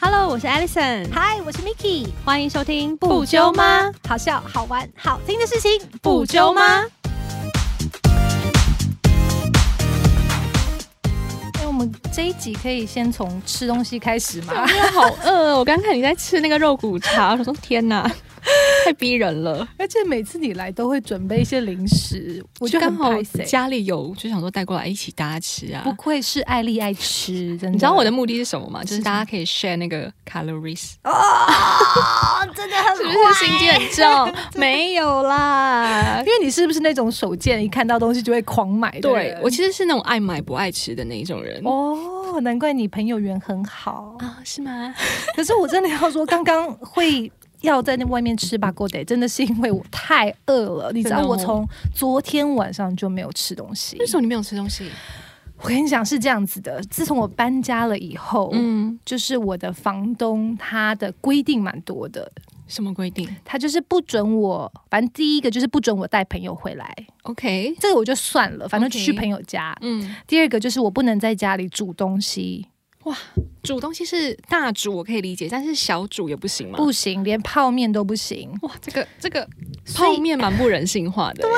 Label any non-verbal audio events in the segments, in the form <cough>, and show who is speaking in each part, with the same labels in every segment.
Speaker 1: Hello，我是 Alison，
Speaker 2: 嗨，我是 Miki，
Speaker 1: 欢迎收听？？
Speaker 2: 好笑、好玩、好听的事情，？？哎、我们这一集可以先从吃东西开始吗？
Speaker 1: 真哎的好饿，哦我刚看你在吃那个肉骨茶，我想说天 <laughs> 哪，太逼人了。
Speaker 2: <laughs> 而且每次你来都会准备一些零食，我就
Speaker 1: 就
Speaker 2: 很
Speaker 1: 刚好
Speaker 2: 拍谁。
Speaker 1: 家里有，就想说带过来一起大家吃啊
Speaker 2: 不。愧是艾丽爱吃，真的。
Speaker 1: 你知道我的目的是什么吗？就是是大家可以 share 那个 <laughs> calories，
Speaker 2: 哦，真的很
Speaker 1: 是不是心机很 <laughs> 重？没有啦
Speaker 2: 因。为你是不是那种手贱，一看到东西就会狂买的
Speaker 1: 对
Speaker 2: 人
Speaker 1: 我其实是那种爱买不爱吃的那一种人。
Speaker 2: 哦，难怪你朋友缘很好。
Speaker 1: 啊，是吗？
Speaker 2: 可是我真的要说，刚刚会要在那外面吃吧，锅得真的是因为我太饿了。你知道，
Speaker 1: 真的哦
Speaker 2: 我从昨天晚上就没有吃东西。
Speaker 1: 为什么你没有吃东西？
Speaker 2: 我跟你讲是这样子的，自从我搬家了以后，
Speaker 1: 嗯，
Speaker 2: 就是我的房东他的规定蛮多的，
Speaker 1: 什么规定
Speaker 2: 他就是不准我，反正第一个就是不准我带朋友回来，
Speaker 1: ？OK，
Speaker 2: 这个我就算了，反正
Speaker 1: OK
Speaker 2: 去朋友家。
Speaker 1: 嗯，
Speaker 2: 第二个就是我不能在家里煮东西，
Speaker 1: 煮东西是大煮，我可以理解，但是小煮也不行吗？
Speaker 2: 不行，连泡面都不行。
Speaker 1: 哇，这个这个
Speaker 2: 所以
Speaker 1: 泡面蛮不人性化的、对，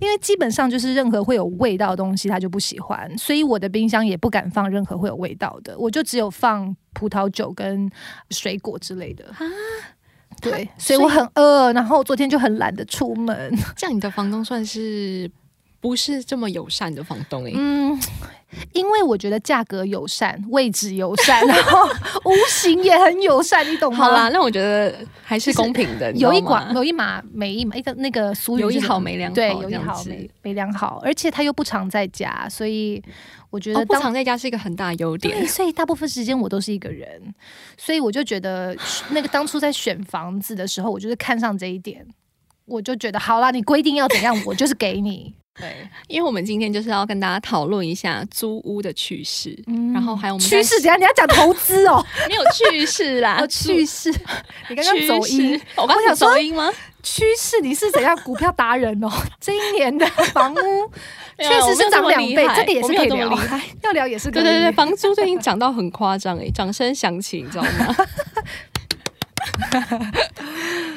Speaker 2: 因为基本上就是任何会有味道的东西，他就不喜欢，所以我的冰箱也不敢放任何会有味道的，我就只有放葡萄酒跟水果之类的
Speaker 1: 啊。
Speaker 2: 对，
Speaker 1: 他
Speaker 2: 所以我很饿，然后我昨天就很懒得出门。
Speaker 1: 这样你的房东算是不是这么友善的房东诶、欸
Speaker 2: 嗯，因为我觉得价格友善，位置友善，然后无形也很友善，你懂吗？
Speaker 1: 好啦，，那我觉得还是公平的，
Speaker 2: 啊有一
Speaker 1: 管
Speaker 2: 管有一码没一码，一个那个俗语
Speaker 1: 有一
Speaker 2: 是
Speaker 1: 好没两好，
Speaker 2: 对，有
Speaker 1: 这
Speaker 2: 一
Speaker 1: 样
Speaker 2: 好
Speaker 1: 子
Speaker 2: 没没两好，而且他又不常在家，所以我觉
Speaker 1: 哦，
Speaker 2: 得
Speaker 1: 不
Speaker 2: 当
Speaker 1: 常在家是一个很大的优
Speaker 2: 对，
Speaker 1: 点。
Speaker 2: 所以大部分时间我都是一个人，所以我就觉得那个当初在选房子的时候，我就是看上这一点，我就觉得好啦，你规定要怎样，我就是
Speaker 1: <laughs>
Speaker 2: 给你。对，
Speaker 1: 因为我们今天就是要跟大家讨论一下租屋的趣事，
Speaker 2: 嗯
Speaker 1: 然后还有我们
Speaker 2: 趋势，等一下你要讲投
Speaker 1: <laughs>
Speaker 2: 资哦，
Speaker 1: 没有趣事啦，
Speaker 2: <laughs> 哦趋势，你刚刚
Speaker 1: 趋
Speaker 2: 走
Speaker 1: 势
Speaker 2: 音，，
Speaker 1: 我刚
Speaker 2: 我
Speaker 1: 刚
Speaker 2: 想
Speaker 1: 走
Speaker 2: 说
Speaker 1: 音吗？
Speaker 2: 趋势你是怎样股票达人哦？ <laughs> 这一年的房屋
Speaker 1: <laughs> 没有啊
Speaker 2: 确实是
Speaker 1: 我没有
Speaker 2: 涨
Speaker 1: 么
Speaker 2: 两
Speaker 1: 厉
Speaker 2: 倍
Speaker 1: 害
Speaker 2: 这个也
Speaker 1: 我
Speaker 2: 是
Speaker 1: 没有
Speaker 2: 可以
Speaker 1: 这么
Speaker 2: 聊
Speaker 1: 厉害。
Speaker 2: 要聊
Speaker 1: <laughs>
Speaker 2: 也是可
Speaker 1: 对
Speaker 2: 以，
Speaker 1: 对对，房租最近涨到很夸张 <laughs> 哎，掌声响起，你知道吗？ <laughs>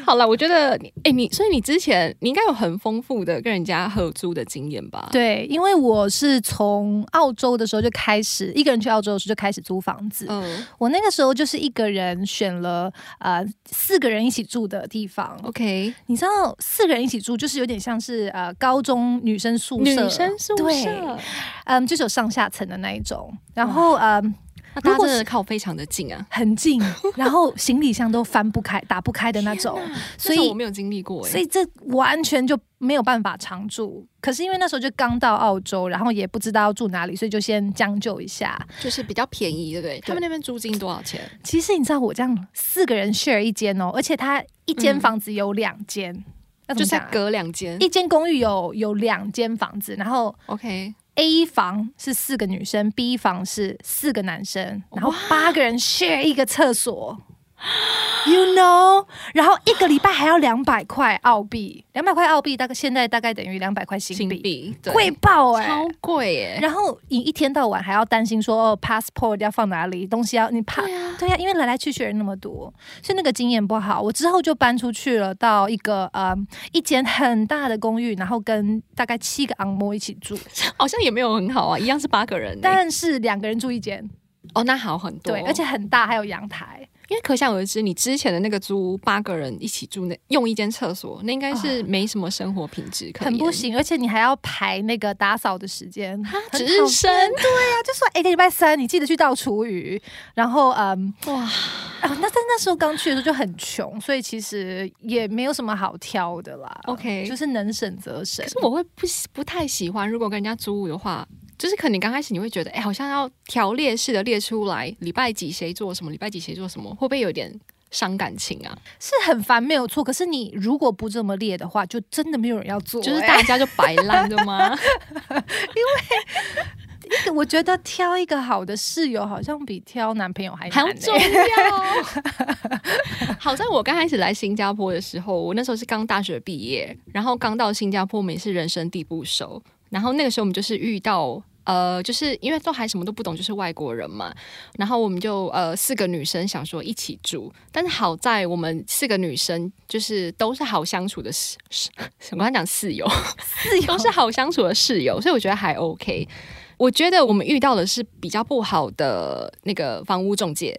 Speaker 1: 好了，我觉得你哎、你所以你之前你应该有很丰富的跟人家合租的经验吧？，
Speaker 2: 对，因为我是从澳洲的时候就开始，一个人去澳洲的时候就开始租房子，
Speaker 1: 嗯
Speaker 2: 我那个时候就是一个人选了呃四个人一起住的地方。
Speaker 1: 哦，OK，
Speaker 2: 你知道四个人一起住就是有点像是呃高中女生宿
Speaker 1: 女
Speaker 2: 舍，
Speaker 1: 生宿
Speaker 2: 对
Speaker 1: 舍，啊
Speaker 2: 嗯，就是有上下层的那一种，然后嗯
Speaker 1: 那大家
Speaker 2: 如果
Speaker 1: 真的靠非常的近啊，
Speaker 2: 很近，然后行李箱都翻不开、打不开的那
Speaker 1: 哦
Speaker 2: 种，所
Speaker 1: 那时候
Speaker 2: 以
Speaker 1: 我没有经历过哎、
Speaker 2: 所以这完全就没有办法常住。可是因为那时候就刚到澳洲，然后也不知道要住哪里，所以就先将就一下。
Speaker 1: 就是比较便宜，对不对？他们那边租金多少钱？
Speaker 2: 其实你知道我这样四个人 share 一间哦，而且它一间房子有两间，要怎
Speaker 1: 嗯就
Speaker 2: 么
Speaker 1: 在
Speaker 2: 讲啊、
Speaker 1: 隔两间
Speaker 2: 一间公寓有有两间房子，然后
Speaker 1: ，OK，
Speaker 2: A 房是四个女生，B 房是四个男生，然后八个人 share 一个厕所。You know，然后一个礼拜还要两百块澳币，两百块澳币大概现在大概等于两百块新
Speaker 1: 新
Speaker 2: 币，
Speaker 1: 币哦欸对
Speaker 2: 贵爆哎、
Speaker 1: 超贵耶、
Speaker 2: 然后你一天到晚还要担心说、哦、passport 要放哪里，东西要你怕
Speaker 1: 对啊，
Speaker 2: 对呀、因为来来去去的人那么多，所以那个经验不好。我之后就搬出去了，到一个呃一间很大的公寓，然后跟大概七个昂摩一起住，
Speaker 1: 好像也没有很好啊，一样是八个人、欸，
Speaker 2: 但是两个人住一间，
Speaker 1: 哦，那好很多，
Speaker 2: 对，而且很大，还有阳台。
Speaker 1: 因为可想而知，你之前的那个租八个人一起住那用一间厕所，那应该是没什么生活品质可言，
Speaker 2: 啊很不行，而且你还要排那个打扫的时间，
Speaker 1: 啊，
Speaker 2: 很
Speaker 1: 只
Speaker 2: 讨
Speaker 1: 是生
Speaker 2: 对啊，就说哎，个礼拜三你记得去倒厨余，然后嗯，
Speaker 1: 哇，
Speaker 2: 啊，那但那时候刚去的时候就很穷，所以其实也没有什么好挑的啦。
Speaker 1: OK
Speaker 2: 就是能省则省
Speaker 1: 可。是我会不喜不太喜欢，如果跟人家租屋的话。就是可能刚开始你会觉得，哎、好像要条列式的列出来，礼拜几谁做什么，礼拜几谁做什么，会不会有点伤感情啊？
Speaker 2: 是很烦，没有错。可是你如果不这么列的话，就真的没有人要做、
Speaker 1: 就是
Speaker 2: 哎
Speaker 1: 大家就摆烂的吗？
Speaker 2: 一个我觉得挑一个好的室友，好像比挑男朋友还
Speaker 1: 还
Speaker 2: 难、
Speaker 1: 要重
Speaker 2: 欸。
Speaker 1: 要。哦好在我刚开始来新加坡的时候，我那时候是刚大学毕业，然后刚到新加坡，我们也是人生地不熟。然后那个时候我们就是遇到呃，就是因为都还什么都不懂，就是外国人嘛。然后我们就呃四个女生想说一起住，但是好在我们四个女生就是都是好相处的室，室我刚才讲室友，
Speaker 2: 室友
Speaker 1: 都是好相处的室友，所以我觉得还 OK。我觉得我们遇到的是比较不好的那个房屋中介，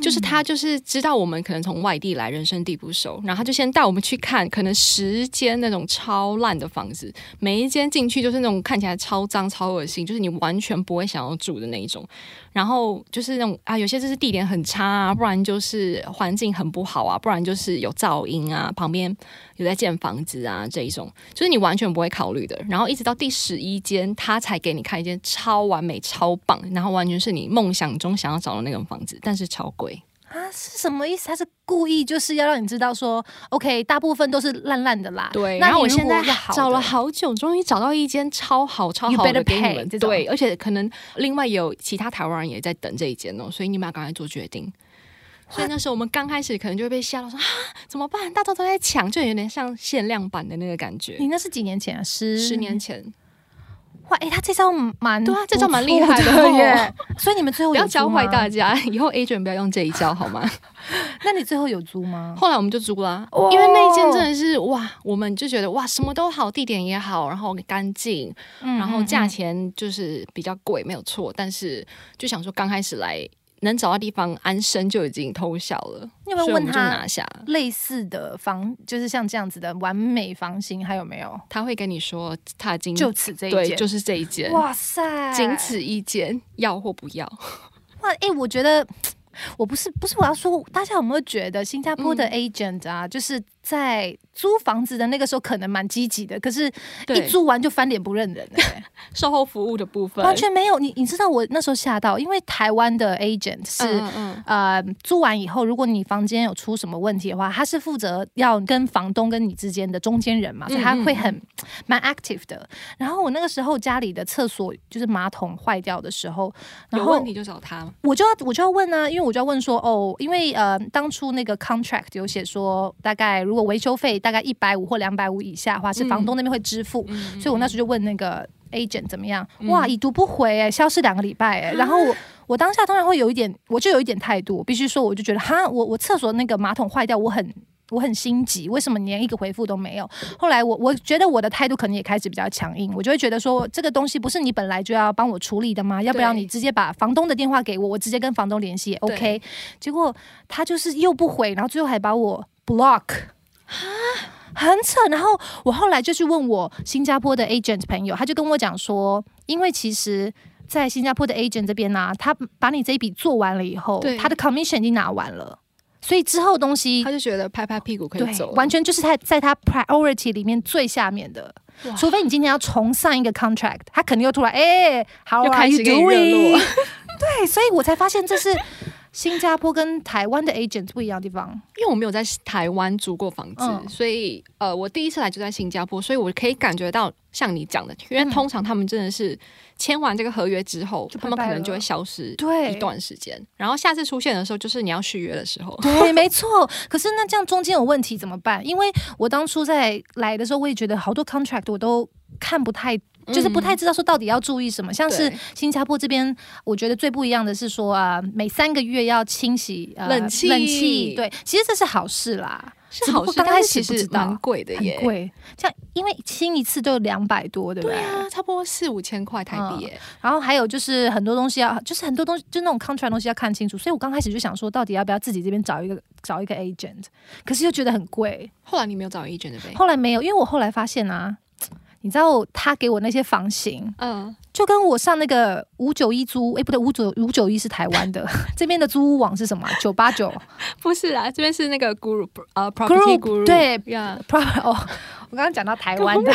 Speaker 1: 就是他就是知道我们可能从外地来，人生地不熟，然后他就先带我们去看可能十间那种超烂的房子，每一间进去就是那种看起来超脏、超恶心，就是你完全不会想要住的那一种。然后就是那种啊，有些就是地点很差啊，不然就是环境很不好啊，不然就是有噪音啊，旁边有在建房子啊这一种，就是你完全不会考虑的。然后一直到第十一间，他才给你看一间超完美、超棒，然后完全是你梦想中想要找的那种房子，但是超贵。
Speaker 2: 啊 <laughs> 是什么意思？他是故意就是要让你知道说，OK，大部分都是烂烂的啦。
Speaker 1: 对，
Speaker 2: 那
Speaker 1: 然后我
Speaker 2: 你如
Speaker 1: 现
Speaker 2: 果
Speaker 1: 在
Speaker 2: 是好
Speaker 1: 找了
Speaker 2: 的
Speaker 1: 好久，终于找到一间超好超
Speaker 2: You
Speaker 1: 好的
Speaker 2: better
Speaker 1: 给你
Speaker 2: pay，
Speaker 1: 们。
Speaker 2: 这种
Speaker 1: 对，而且可能另外有其他台湾人也在等这一间哦，所以你们要赶快做决定。所以那时候我们刚开始可能就会被吓到说，啊怎么办？大家都在抢，就有点像限量版的那个感觉。
Speaker 2: 你那是几年前啊？十
Speaker 1: 十年前，
Speaker 2: 哇！哎、他这招蛮
Speaker 1: 对啊
Speaker 2: 不
Speaker 1: 这招蛮厉
Speaker 2: 错
Speaker 1: 害的哦
Speaker 2: 耶。所以你们最后
Speaker 1: 不要
Speaker 2: 有
Speaker 1: 教
Speaker 2: 租
Speaker 1: 坏
Speaker 2: 吗？
Speaker 1: 大家，以后 A 卷不要用这一招好吗？
Speaker 2: 那你最后有租吗？
Speaker 1: 后来我们就租啦，
Speaker 2: 哇
Speaker 1: 因为那一间真的是哇，我们就觉得哇，什么都好，地点也好，然后干净，
Speaker 2: 嗯
Speaker 1: 然后价
Speaker 2: 嗯
Speaker 1: 钱就是比较贵，没有错，但是就想说刚开始来能找到地方安身就已经偷笑了，
Speaker 2: 嗯你有
Speaker 1: 所以
Speaker 2: 没有
Speaker 1: 我
Speaker 2: 问
Speaker 1: 们就
Speaker 2: 他
Speaker 1: 拿下。
Speaker 2: 类似的房，就是像这样子的完美房型还有没有？
Speaker 1: 他会跟你说他已经
Speaker 2: 就此这一
Speaker 1: 嗯对，
Speaker 2: 间
Speaker 1: 就是这一间，
Speaker 2: 哇塞，
Speaker 1: 仅此一间，要或不要。
Speaker 2: 哇！哎、我觉得我不是不是我要说，大家有没有觉得新加坡的
Speaker 1: 嗯
Speaker 2: agent 啊，就是在租房子的那个时候可能蛮积极的，可是一
Speaker 1: 对，
Speaker 2: 租完就翻脸不认人了、
Speaker 1: <laughs>
Speaker 2: 欸
Speaker 1: 售后服务的部分
Speaker 2: 完全没有。你你知道我那时候吓到，因为台湾的 agent 是。
Speaker 1: 嗯嗯嗯
Speaker 2: 呃，租完以后，如果你房间有出什么问题的话，他是负责要跟房东跟你之间的中间人
Speaker 1: 嗯
Speaker 2: 嘛，所以他会很蛮 active 的。然后我那个时候家里的厕所就是马桶坏掉的时候，然
Speaker 1: 有
Speaker 2: 后
Speaker 1: 问题就找他。
Speaker 2: 我就要我就要问啊，因为我就要问说，哦，因为呃，当初那个 contract 有写说，大概如果维修费大概一百五或两百五以下的话，是房东那边会支付，
Speaker 1: 嗯
Speaker 2: 所以我那时候就问那个 agent 怎么样，
Speaker 1: 嗯啊
Speaker 2: 哇，已读不回、欸，消失两个礼拜、欸，然后我。我当下当然会有一点，我就有一点态度，我必须说，我就觉得哈，我我厕所那个马桶坏掉，我很我很心急，为什么你连一个回复都没有？后来我我觉得我的态度可能也开始比较强硬，我就会觉得说这个东西不是你本来就要帮我处理的吗？要不要你直接把房东的电话给我，我直接跟房东联系也
Speaker 1: 对
Speaker 2: ？OK，结果他就是又不回，然后最后还把我 block。很扯，然后我后来就去问我新加坡的 agent 朋友，他就跟我讲说，因为其实，在新加坡的 agent 这边呢、他把你这一笔做完了以后
Speaker 1: 对，
Speaker 2: 他的 commission 已经拿完了，所以之后东西
Speaker 1: 他就觉得拍拍屁股可以
Speaker 2: 对
Speaker 1: 走了，
Speaker 2: 完全就是他在他 priority 里面最下面的
Speaker 1: 哇。
Speaker 2: 除非你今天要重上一个 contract，他肯定又突然哎、好 h o
Speaker 1: 又
Speaker 2: w are
Speaker 1: 开
Speaker 2: you
Speaker 1: 始给你热
Speaker 2: doing？
Speaker 1: 络
Speaker 2: <laughs> 对，所以我才发现这是新加坡跟台湾的 agent 不一样的地方。
Speaker 1: 因为我没有在台湾租过房子，
Speaker 2: 嗯
Speaker 1: 所以呃，我第一次来就在新加坡，所以我可以感觉到像你讲的，因为
Speaker 2: 嗯
Speaker 1: 通常他们真的是签完这个合约之后，
Speaker 2: 就
Speaker 1: 他
Speaker 2: 拜
Speaker 1: 们可
Speaker 2: 拜
Speaker 1: 能就
Speaker 2: 了
Speaker 1: 会消失
Speaker 2: 对
Speaker 1: 一段时间，然后下次出现的时候就是你要续约的时候。
Speaker 2: 对，没错。可是那这样中间有问题怎么办？因为我当初在来的时候，我也觉得好多 contract 我都看不太，就是不太知道说到底要注意什么。像是
Speaker 1: 嗯对
Speaker 2: 新加坡这边，我觉得最不一样的是说啊、每三个月要清洗、呃、
Speaker 1: 冷气
Speaker 2: 冷气。对，其实这是好事啦，
Speaker 1: 是
Speaker 2: 只不
Speaker 1: 好
Speaker 2: 过
Speaker 1: 事，
Speaker 2: 刚
Speaker 1: 但
Speaker 2: 开
Speaker 1: 是
Speaker 2: 始
Speaker 1: 其
Speaker 2: 不知
Speaker 1: 实
Speaker 2: 道
Speaker 1: 蛮贵的
Speaker 2: 很
Speaker 1: 耶。
Speaker 2: 贵。这样因为清一次就两百多，对不
Speaker 1: 对
Speaker 2: 对？
Speaker 1: 啊，差不多四五千块台币耶。
Speaker 2: 然后还有就是很多东西要，就是很多东西，就那种 contract 东西要看清楚。所以我刚开始就想说，到底要不要自己这边找一个找一个 agent，可是又觉得很贵。
Speaker 1: 后来你没有找 agent 的呗？
Speaker 2: 后来没有，因为我后来发现啊，你知道他给我那些房型，
Speaker 1: 嗯，
Speaker 2: 就跟我上那个五九一租，诶，不对，五九五九一是台湾的， <laughs> 这边的租屋网是什么？九八
Speaker 1: <laughs>
Speaker 2: 九
Speaker 1: 不是啊，这边是那个 guru 啊
Speaker 2: Guru，
Speaker 1: property guru
Speaker 2: 对
Speaker 1: 呀，
Speaker 2: proper 哦。我刚刚讲到台湾的，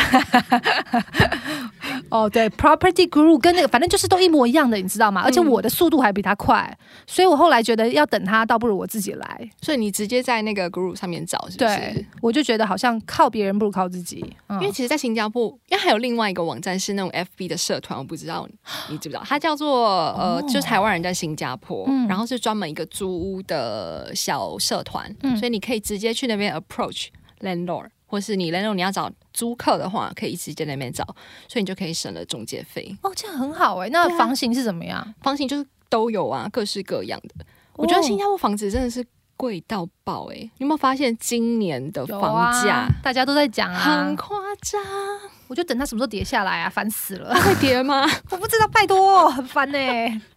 Speaker 2: <laughs> 哦对，Property Guru 跟那个反正就是都一模一样的，你知
Speaker 1: 嗯
Speaker 2: 道吗？而且我的速度还比他快，所以我后来觉得要等他，倒不如我自己来。
Speaker 1: 所以你直接在那个 guru 上面找，是不是
Speaker 2: 对？，我就觉得好像靠别人不如靠自己，嗯
Speaker 1: 因为其实，在新加坡，因为还有另外一个网站是那种 FB 的社团，我不知道你知不知道，它叫做呃，就是台湾人在新加坡，
Speaker 2: 哦嗯
Speaker 1: 然后是专门一个租屋的小社团，
Speaker 2: 嗯
Speaker 1: 所以你可以直接去那边 approach landlord，或是你 landlord 你要找租客的话，可以直接在那边找，所以你就可以省了中介费。
Speaker 2: 哦，这样很好哎、那
Speaker 1: 对啊
Speaker 2: 房型是怎么样？
Speaker 1: 房型就是都有啊，各式各样的。
Speaker 2: 哦
Speaker 1: 我觉得新加坡房子真的是贵到爆哎、你有没有发现今年的
Speaker 2: 有
Speaker 1: 房价
Speaker 2: 啊、大家都在讲啊
Speaker 1: 很，夸张？ <laughs>
Speaker 2: 我就等它什么时候跌下来啊，烦死了！
Speaker 1: 它会跌吗？
Speaker 2: 我不知道，拜托，很烦呢、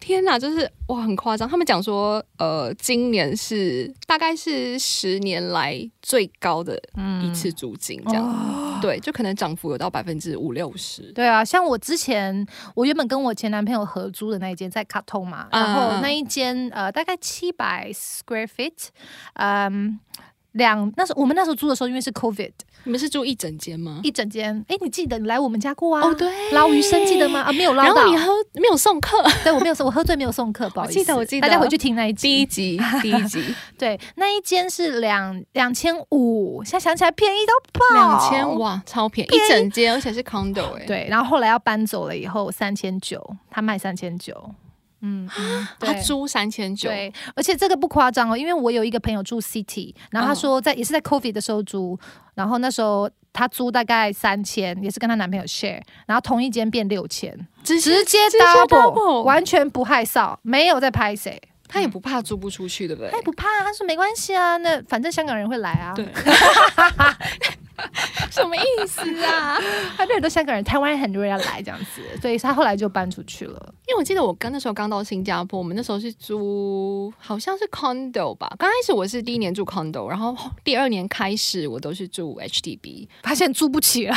Speaker 1: 天哪，就是哇，很夸张。他们讲说，呃，今年是大概是十年来最高的
Speaker 2: 嗯
Speaker 1: 一次租金，这样、
Speaker 2: 哦
Speaker 1: 对，就可能涨幅有到百分之五六十。
Speaker 2: <laughs> 对啊，像我之前，我原本跟我前男朋友合租的那一间在卡通嘛，然
Speaker 1: 嗯嗯
Speaker 2: 后
Speaker 1: 嗯
Speaker 2: 那一间呃大概七百 square feet，嗯。两那时候我们那时候租的时候，因为是 COVID，
Speaker 1: 你们是住一整间吗？
Speaker 2: 一整间。哎，你记得你来我们家过啊？
Speaker 1: 哦，，对，
Speaker 2: 捞鱼生记得吗？？啊，没有捞
Speaker 1: 然
Speaker 2: 到
Speaker 1: 后。你喝没有送客？
Speaker 2: 对，我没有送，我喝醉没有送客，不好意思。
Speaker 1: 记得我记得
Speaker 2: 大家回去听那一集。
Speaker 1: 集， <laughs> 第一
Speaker 2: <laughs>
Speaker 1: 集，
Speaker 2: 对，那一间是两两千五，现在想起来便宜到爆，
Speaker 1: 两千。哇，超便宜，
Speaker 2: 哦便宜
Speaker 1: 一整间，而且是 condo 哎、
Speaker 2: 对，然后后来要搬走了以后，三千九，他卖三千九。嗯，嗯
Speaker 1: 啊他
Speaker 2: 对
Speaker 1: 租三千九，
Speaker 2: 对，而且这个不夸张哦，因为我有一个朋友住 City，然后他
Speaker 1: 嗯
Speaker 2: 说在、也是在 COVID 的时候租，然后那时候她租大概三千，也是跟她男朋友 share，然后同一间变六千，
Speaker 1: 直
Speaker 2: 直接 double，完全不害臊，没有在拍谁，
Speaker 1: 他也不怕租不出去，对不对
Speaker 2: 他也？不怕、啊，他说没关系啊，那反正香港人会来啊，
Speaker 1: 对，什么意思啊？
Speaker 2: 他这里都香港人，台湾人很多人要来这样 <laughs> 子，所以他后来就搬出去了。
Speaker 1: 因为我记得我刚那时候刚到新加坡，我们那时候是租好像是 condo 吧。刚开始我是第一年住 condo，然后第二年开始我都是住 HDB，
Speaker 2: 发现住不起了，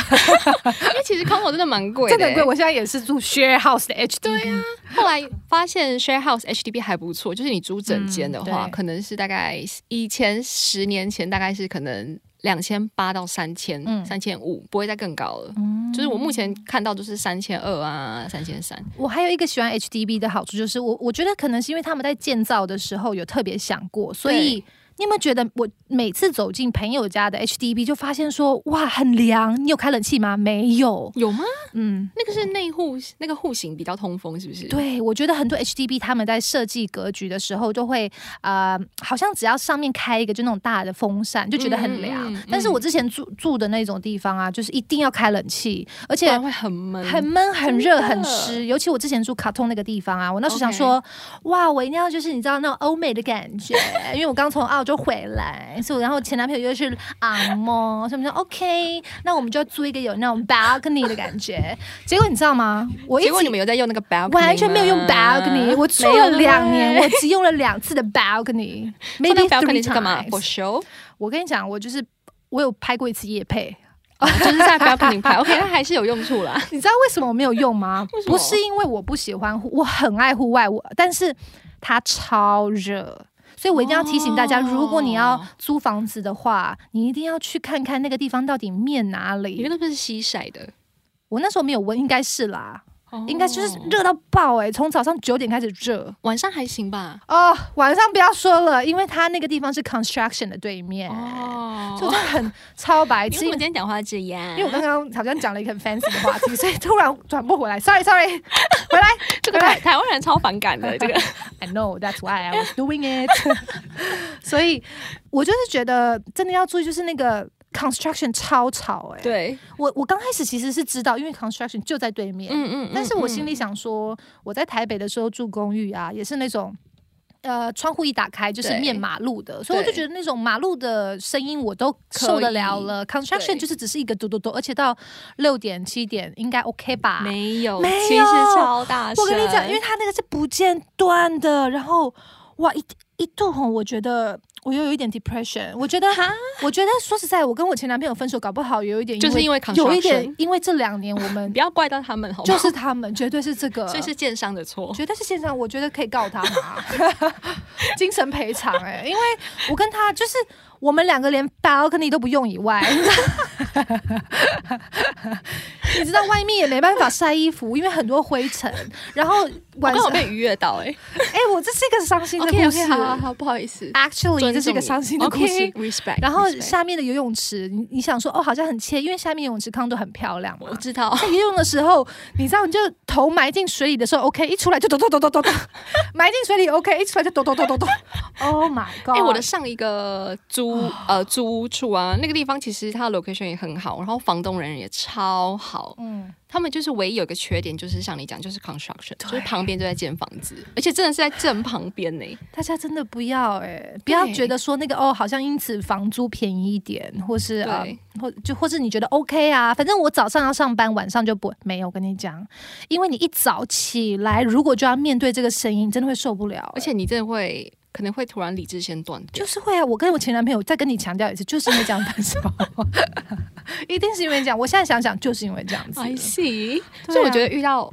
Speaker 1: 因为其实 condo 真的蛮贵
Speaker 2: 真
Speaker 1: 的、欸
Speaker 2: 的很贵。我现在也是住 share house 的 H 对啊，
Speaker 1: 后来发现 share house HDB 还不错，就是你租整间的话，
Speaker 2: 嗯对
Speaker 1: 可能是大概以前十年前大概是可能两千八到三千、
Speaker 2: 嗯
Speaker 1: 三千五，不会再更高了。
Speaker 2: 嗯
Speaker 1: 就是我目前看到就是三千二啊，三千三。
Speaker 2: 我还有一个喜欢 HDB 的好处就是我，我觉得可能是因为他们在建造的时候有特别想过，所以你有没有觉得我每次走进朋友家的 HDB 就发现说哇很凉，你有开冷气吗？没有，
Speaker 1: 有吗？
Speaker 2: 嗯。
Speaker 1: 那个是内户，那个户型比较通风，是不是？
Speaker 2: 对，我觉得很多 HDB 他们在设计格局的时候，就会呃，好像只要上面开一个就那种大的风扇，就觉得很凉。
Speaker 1: 嗯嗯嗯
Speaker 2: 但是我之前住住的那种地方啊，就是一定要开冷气，而
Speaker 1: 不
Speaker 2: 且
Speaker 1: 然会很闷。
Speaker 2: 很闷、很热、
Speaker 1: 嗯真的
Speaker 2: 很湿。尤其我之前住卡通那个地方啊，我那时候想说哇，我一定要就是你知道那种欧美的感觉，因为我刚从澳洲回来，所以我然后前男朋友又是昂摩，所以我们说 OK，那我们就要租一个有那种 balcony 的感觉。结果你知道吗？我一
Speaker 1: 结果
Speaker 2: 直
Speaker 1: 你们有在用那个 balcony，
Speaker 2: 完全没有用
Speaker 1: 吗
Speaker 2: balcony，我住了两年，。我只用了两次的
Speaker 1: <laughs> 没有
Speaker 2: balcony，maybe
Speaker 1: 欸放在 balcony
Speaker 2: three
Speaker 1: 是干嘛
Speaker 2: times
Speaker 1: ？For show，
Speaker 2: 我跟你讲，我就是我有拍过一次夜配，
Speaker 1: 哦就是
Speaker 2: <laughs>
Speaker 1: 在 balcony 拍。OK，它还是有用处啦。
Speaker 2: 你知道为什么我没有用吗
Speaker 1: <laughs> 为？什么
Speaker 2: 不是因为我不喜欢户，我很爱户外，我但是它超热。所以我一定要提醒大家，
Speaker 1: 哦
Speaker 2: 如果你要租房子的话，你一定要去看看那个地方到底面哪
Speaker 1: 你
Speaker 2: 里
Speaker 1: 们。那不是西晒的，
Speaker 2: 我那时候没有问，应该是啦，应该
Speaker 1: 哦
Speaker 2: 就是热到爆哎、从早上九点开始热
Speaker 1: 晚上还行吧。
Speaker 2: 哦，晚上不要说了，因为它那个地方是 construction 的对面，
Speaker 1: 哦
Speaker 2: 就真的很超白
Speaker 1: 你为
Speaker 2: 痴
Speaker 1: 什么。今天讲话这样？
Speaker 2: 因为我刚刚好像讲了一个很 fancy 的话题，所以突然转不回来，sorry sorry，回来。
Speaker 1: <laughs> 这个台台湾人超反感
Speaker 2: <laughs>
Speaker 1: 的，这个
Speaker 2: I know that's why I was doing it 。 <laughs> 所以，我就是觉得真的要注意，就是那个 construction 超吵哎、
Speaker 1: 对，
Speaker 2: 我我刚开始其实是知道，因为 construction 就在对面。
Speaker 1: 嗯嗯。
Speaker 2: 但是我心
Speaker 1: 里
Speaker 2: 里想说，我在台北的时候住公寓
Speaker 1: 嗯
Speaker 2: 啊，也是那种。呃，窗户一打开就是
Speaker 1: 对
Speaker 2: 面马路的，所以我就
Speaker 1: 对
Speaker 2: 觉得那种马路的声音我都受得了了。construction
Speaker 1: 对
Speaker 2: 就是只是一个嘟嘟嘟，而且到六点七点应该 OK 吧？
Speaker 1: 嗯没有，
Speaker 2: 没有
Speaker 1: 其实超大声。
Speaker 2: 我跟你讲，因为它那个是不间断的，然后哇，一一度吼，我觉得我又有一点 depression。我觉得，
Speaker 1: 哈
Speaker 2: 我觉得说实在，我跟我前男朋友分手，搞不好有一点
Speaker 1: 就是因为
Speaker 2: 有一点
Speaker 1: construction，
Speaker 2: 因为这两年我们
Speaker 1: <laughs> 不要怪到他们，好吗？
Speaker 2: 就是他们，绝对是这个，
Speaker 1: 所以是建商的错。
Speaker 2: 绝对是现场，我觉得可以告他 <laughs> 嘛，精神赔偿哎，因为我跟他就是我们两个连 balcony 都不用以外， <laughs> 你知道外面也没办法晒衣服，因为很多灰尘。然后
Speaker 1: 我
Speaker 2: 晚
Speaker 1: 刚好
Speaker 2: 上，
Speaker 1: 被愉悦到哎、
Speaker 2: 哎、我这是一个伤心的故
Speaker 1: OK
Speaker 2: 事。
Speaker 1: OK，好好好，不好意思，
Speaker 2: Actually，这是一个伤心的故事。
Speaker 1: ，respect。
Speaker 2: 然后下面的游泳池，你你想说哦，好像很惬意，因为下面游泳池康都很漂亮嘛
Speaker 1: 我。知道，
Speaker 2: 在游泳的时候，你知道，你就头埋进水里的时候，OK，一出来就抖抖抖抖 <laughs> 抖抖，埋进水里 OK，一出来就抖抖抖抖抖。Oh my god！
Speaker 1: 哎、我的上一个租
Speaker 2: 哦
Speaker 1: 呃租屋处啊，那个地方其实它的 location 也很好，然后房东人也超好，
Speaker 2: 嗯，
Speaker 1: 他们就是唯一有一个缺点就是像你讲，就是 construction，
Speaker 2: 对
Speaker 1: 就是旁边就在建房子，而且真的是在正旁边
Speaker 2: <laughs>
Speaker 1: 呢、
Speaker 2: 大家真的不要哎、不要觉得说那个哦，好像因此房租便宜一点，或是啊、
Speaker 1: 对
Speaker 2: 或就或是你觉得 OK 啊，反正我早上要上班，晚上就不没有。我跟你讲，因为你一早起来，如果就要面对这个声音，你真的会受不了欸、
Speaker 1: 而且你真的会可能会突然理智先断掉
Speaker 2: 就。是会啊，我跟我前男朋友再跟你强调一次，就是因为这样分手，一定是因为这样。我现在想想，就是因为这样子。
Speaker 1: I see，、
Speaker 2: 对
Speaker 1: 所以我
Speaker 2: 啊
Speaker 1: 觉得遇到。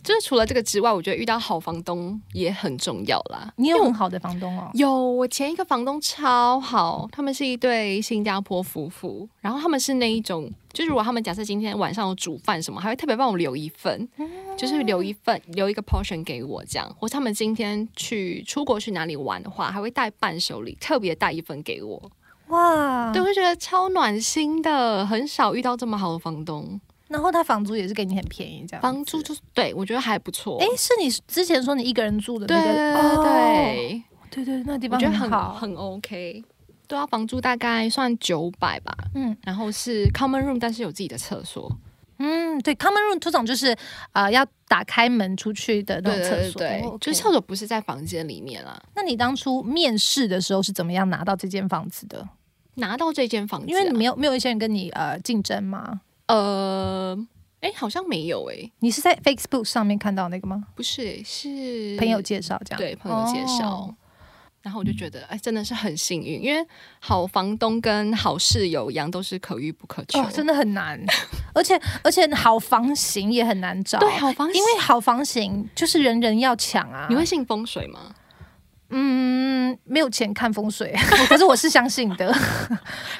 Speaker 1: 就是除了这个之外，我觉得遇到好房东也很重要啦。
Speaker 2: 你
Speaker 1: 因
Speaker 2: 有
Speaker 1: 为我
Speaker 2: 很好的房东哦，
Speaker 1: 有，我前一个房东超好，他们是一对新加坡夫妇，然后他们是那一种，就是如果他们假设今天晚上有煮饭什么，还会特别帮我留一份，
Speaker 2: 嗯
Speaker 1: 就是留一份留一个 portion 给我这样，或是他们今天去出国去哪里玩的话，还会带伴手礼，特别带一份给我，
Speaker 2: 哇
Speaker 1: 对，我就觉得超暖心的，很少遇到这么好的房东，
Speaker 2: 然后他房租也是给你很便宜，这样子
Speaker 1: 房租就是对我觉得还不错，
Speaker 2: 哎，是你之前说你一个人住的
Speaker 1: 对
Speaker 2: 那
Speaker 1: 对对
Speaker 2: 个？哦
Speaker 1: 对。
Speaker 2: 对对，那地
Speaker 1: 我
Speaker 2: 方
Speaker 1: 觉得
Speaker 2: 很
Speaker 1: 很
Speaker 2: 好。
Speaker 1: 很 OK。对啊，房租大概算九百吧，
Speaker 2: 嗯
Speaker 1: 然后是 common room，但是有自己的厕所。
Speaker 2: 嗯，对，common room 通常就是呃要打开门出去的那
Speaker 1: 对对
Speaker 2: 种厕
Speaker 1: 对
Speaker 2: 所。
Speaker 1: 对，
Speaker 2: 哦，OK
Speaker 1: 就是厕所不是在房间里面啦。
Speaker 2: 那你当初面试的时候是怎么样拿到这间房子的？
Speaker 1: 拿到这间房子啊、
Speaker 2: 因为你没有没有一些人跟你呃竞争吗？
Speaker 1: 呃，哎，好像没有哎、
Speaker 2: 你是在 Facebook 上面看到那个吗？
Speaker 1: 不是诶是
Speaker 2: 朋友介绍这样？
Speaker 1: 对朋友介绍。
Speaker 2: 哦
Speaker 1: 然后我就觉得，哎，真的是很幸运，因为好房东跟好室友一样，都是可遇不可求。
Speaker 2: 哦，真的很难， <laughs> 而且而且好房型也很难找，
Speaker 1: 对，好房，
Speaker 2: 因为好房型就是人人要抢啊。
Speaker 1: 你会信风水 <laughs> 吗？
Speaker 2: 嗯没有钱看
Speaker 1: <laughs>
Speaker 2: 风水，可是我是相信的。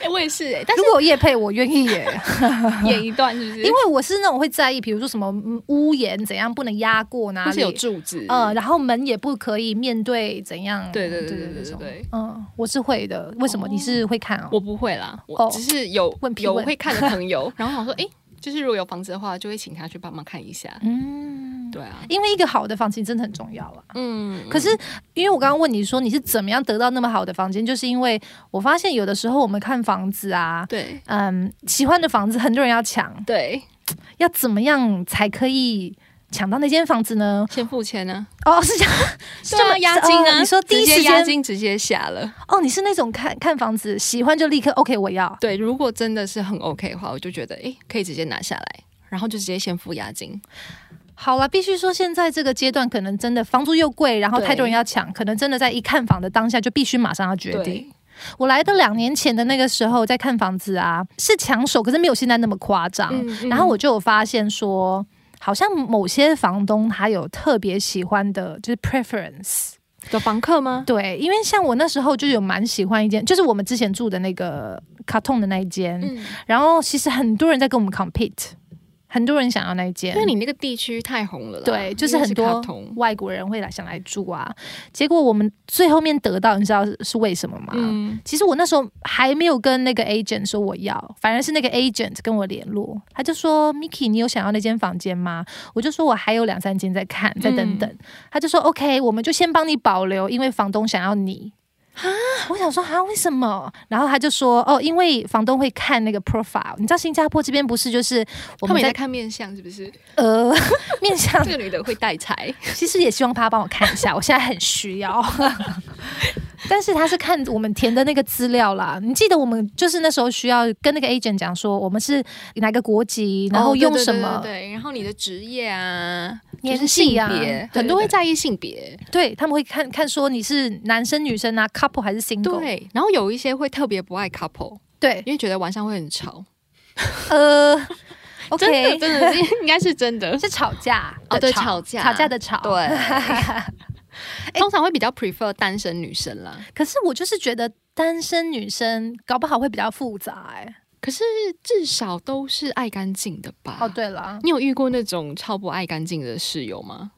Speaker 1: 哎，我也是哎、但
Speaker 2: 如果有业配，我愿意耶，
Speaker 1: 是演一段是不 <laughs> 是？
Speaker 2: 因为我是那种会在意，比如说什么嗯屋檐怎样不能压过哪
Speaker 1: 或是有
Speaker 2: 里，
Speaker 1: 柱子，
Speaker 2: 呃，然后门也不可以面对怎样，
Speaker 1: 对哦对对对对
Speaker 2: 这
Speaker 1: 对
Speaker 2: 种
Speaker 1: 对。
Speaker 2: 嗯，我是会的。为什么
Speaker 1: 哦
Speaker 2: 你是会看哦？
Speaker 1: 我不会啦，
Speaker 2: 哦
Speaker 1: 我只是有、
Speaker 2: 问屁
Speaker 1: 有
Speaker 2: 问
Speaker 1: 会看的朋
Speaker 2: <laughs>
Speaker 1: 友，然后想说，诶，就是如果有房子的话，就会请他去帮忙看一下。
Speaker 2: 嗯，
Speaker 1: 对啊，
Speaker 2: 因为一个好的房间真的很重要啊。
Speaker 1: 嗯，
Speaker 2: 可是，因为我刚刚问你说你是怎么样得到那么好的房间，就是因为我发现有的时候我们看房子啊，
Speaker 1: 对
Speaker 2: 嗯，喜欢的房子很多人要抢，
Speaker 1: 对，
Speaker 2: 要怎么样才可以抢到那间房子呢？
Speaker 1: 先付钱呢、
Speaker 2: 哦，是这样，
Speaker 1: 啊，
Speaker 2: 是这么
Speaker 1: 对啊押金啊，
Speaker 2: 哦你说第
Speaker 1: 直
Speaker 2: 一
Speaker 1: 接
Speaker 2: 时间
Speaker 1: 押金直接下了。
Speaker 2: 哦，你是那种看看房子喜欢就立刻 OK 我要，
Speaker 1: 对，如果真的是很 OK 的话，我就觉得，诶，可以直接拿下来，然后就直接先付押金。
Speaker 2: 好了，必须说现在这个阶段可能真的房租又贵，然后
Speaker 1: 对
Speaker 2: 太多人要抢，可能真的在一看房的当下就必须马上要决定。
Speaker 1: 对，
Speaker 2: 我来的两年前的那个时候在看房子啊，是抢手，可是没有现在那么夸张。
Speaker 1: 嗯
Speaker 2: 然后我就有发现说，好像某些房东他有特别喜欢的，就是 preference。
Speaker 1: 有房客吗？
Speaker 2: 对，因为像我那时候就有蛮喜欢一间，就是我们之前住的那个卡通的那一间，
Speaker 1: 嗯，
Speaker 2: 然后其实很多人在跟我们 compete，很多人想要那一间，
Speaker 1: 因为你那个地区太红了啦，
Speaker 2: 对，就是
Speaker 1: 因为
Speaker 2: 很多
Speaker 1: 卡通
Speaker 2: 外国人会来想来住啊。结果我们最后面得到，你知道是是为什么吗？
Speaker 1: 嗯，
Speaker 2: 其实我那时候还没有跟那个 agent 说我要，反而是那个 agent 跟我联络，他就说 Miki，你有想要那间房间吗？我就说我还有两三间在看，
Speaker 1: 嗯
Speaker 2: 再等等。他就说 OK，我们就先帮你保留，因为房东想要你。我想说啊，为什么？然后他就说哦，因为房东会看那个 profile，你知道新加坡这边不是就是我
Speaker 1: 他们
Speaker 2: 们
Speaker 1: 也在
Speaker 2: 在
Speaker 1: 看面相是不是？
Speaker 2: 呃 <laughs> 面向
Speaker 1: 这个女的会带财，
Speaker 2: 其实也希望他帮我看
Speaker 1: <laughs>
Speaker 2: 一下，我现在很需要。 <laughs> 但是他是看我们填的那个资料啦，你记得我们就是那时候需要跟那个 agent 讲说我们是哪个国籍，然后
Speaker 1: 哦对
Speaker 2: 用
Speaker 1: 对
Speaker 2: 什
Speaker 1: 对
Speaker 2: 么
Speaker 1: 对对然后你的职业啊，就
Speaker 2: 年
Speaker 1: 是性
Speaker 2: 纪
Speaker 1: 别，
Speaker 2: 啊，
Speaker 1: 很多会
Speaker 2: 在
Speaker 1: 在意性别。
Speaker 2: 对他们会看看说你是男生女生啊，couple 还是 single，
Speaker 1: 对，然后有一些会特别不爱 couple，
Speaker 2: 对，
Speaker 1: 因为觉得晚上会很吵。 <laughs>
Speaker 2: 呃
Speaker 1: 真的
Speaker 2: ，OK，
Speaker 1: 真的是应该是真的。
Speaker 2: 是吵架的
Speaker 1: 哦对吵架
Speaker 2: 吵架的吵，
Speaker 1: 对，通常会比较 prefer 单身女生啦。
Speaker 2: 可是我就是觉得单身女生搞不好会比较复杂、欸，
Speaker 1: 可是至少都是爱干净的吧？
Speaker 2: 哦，对了，
Speaker 1: 你有遇过那种超不爱干净的室友吗？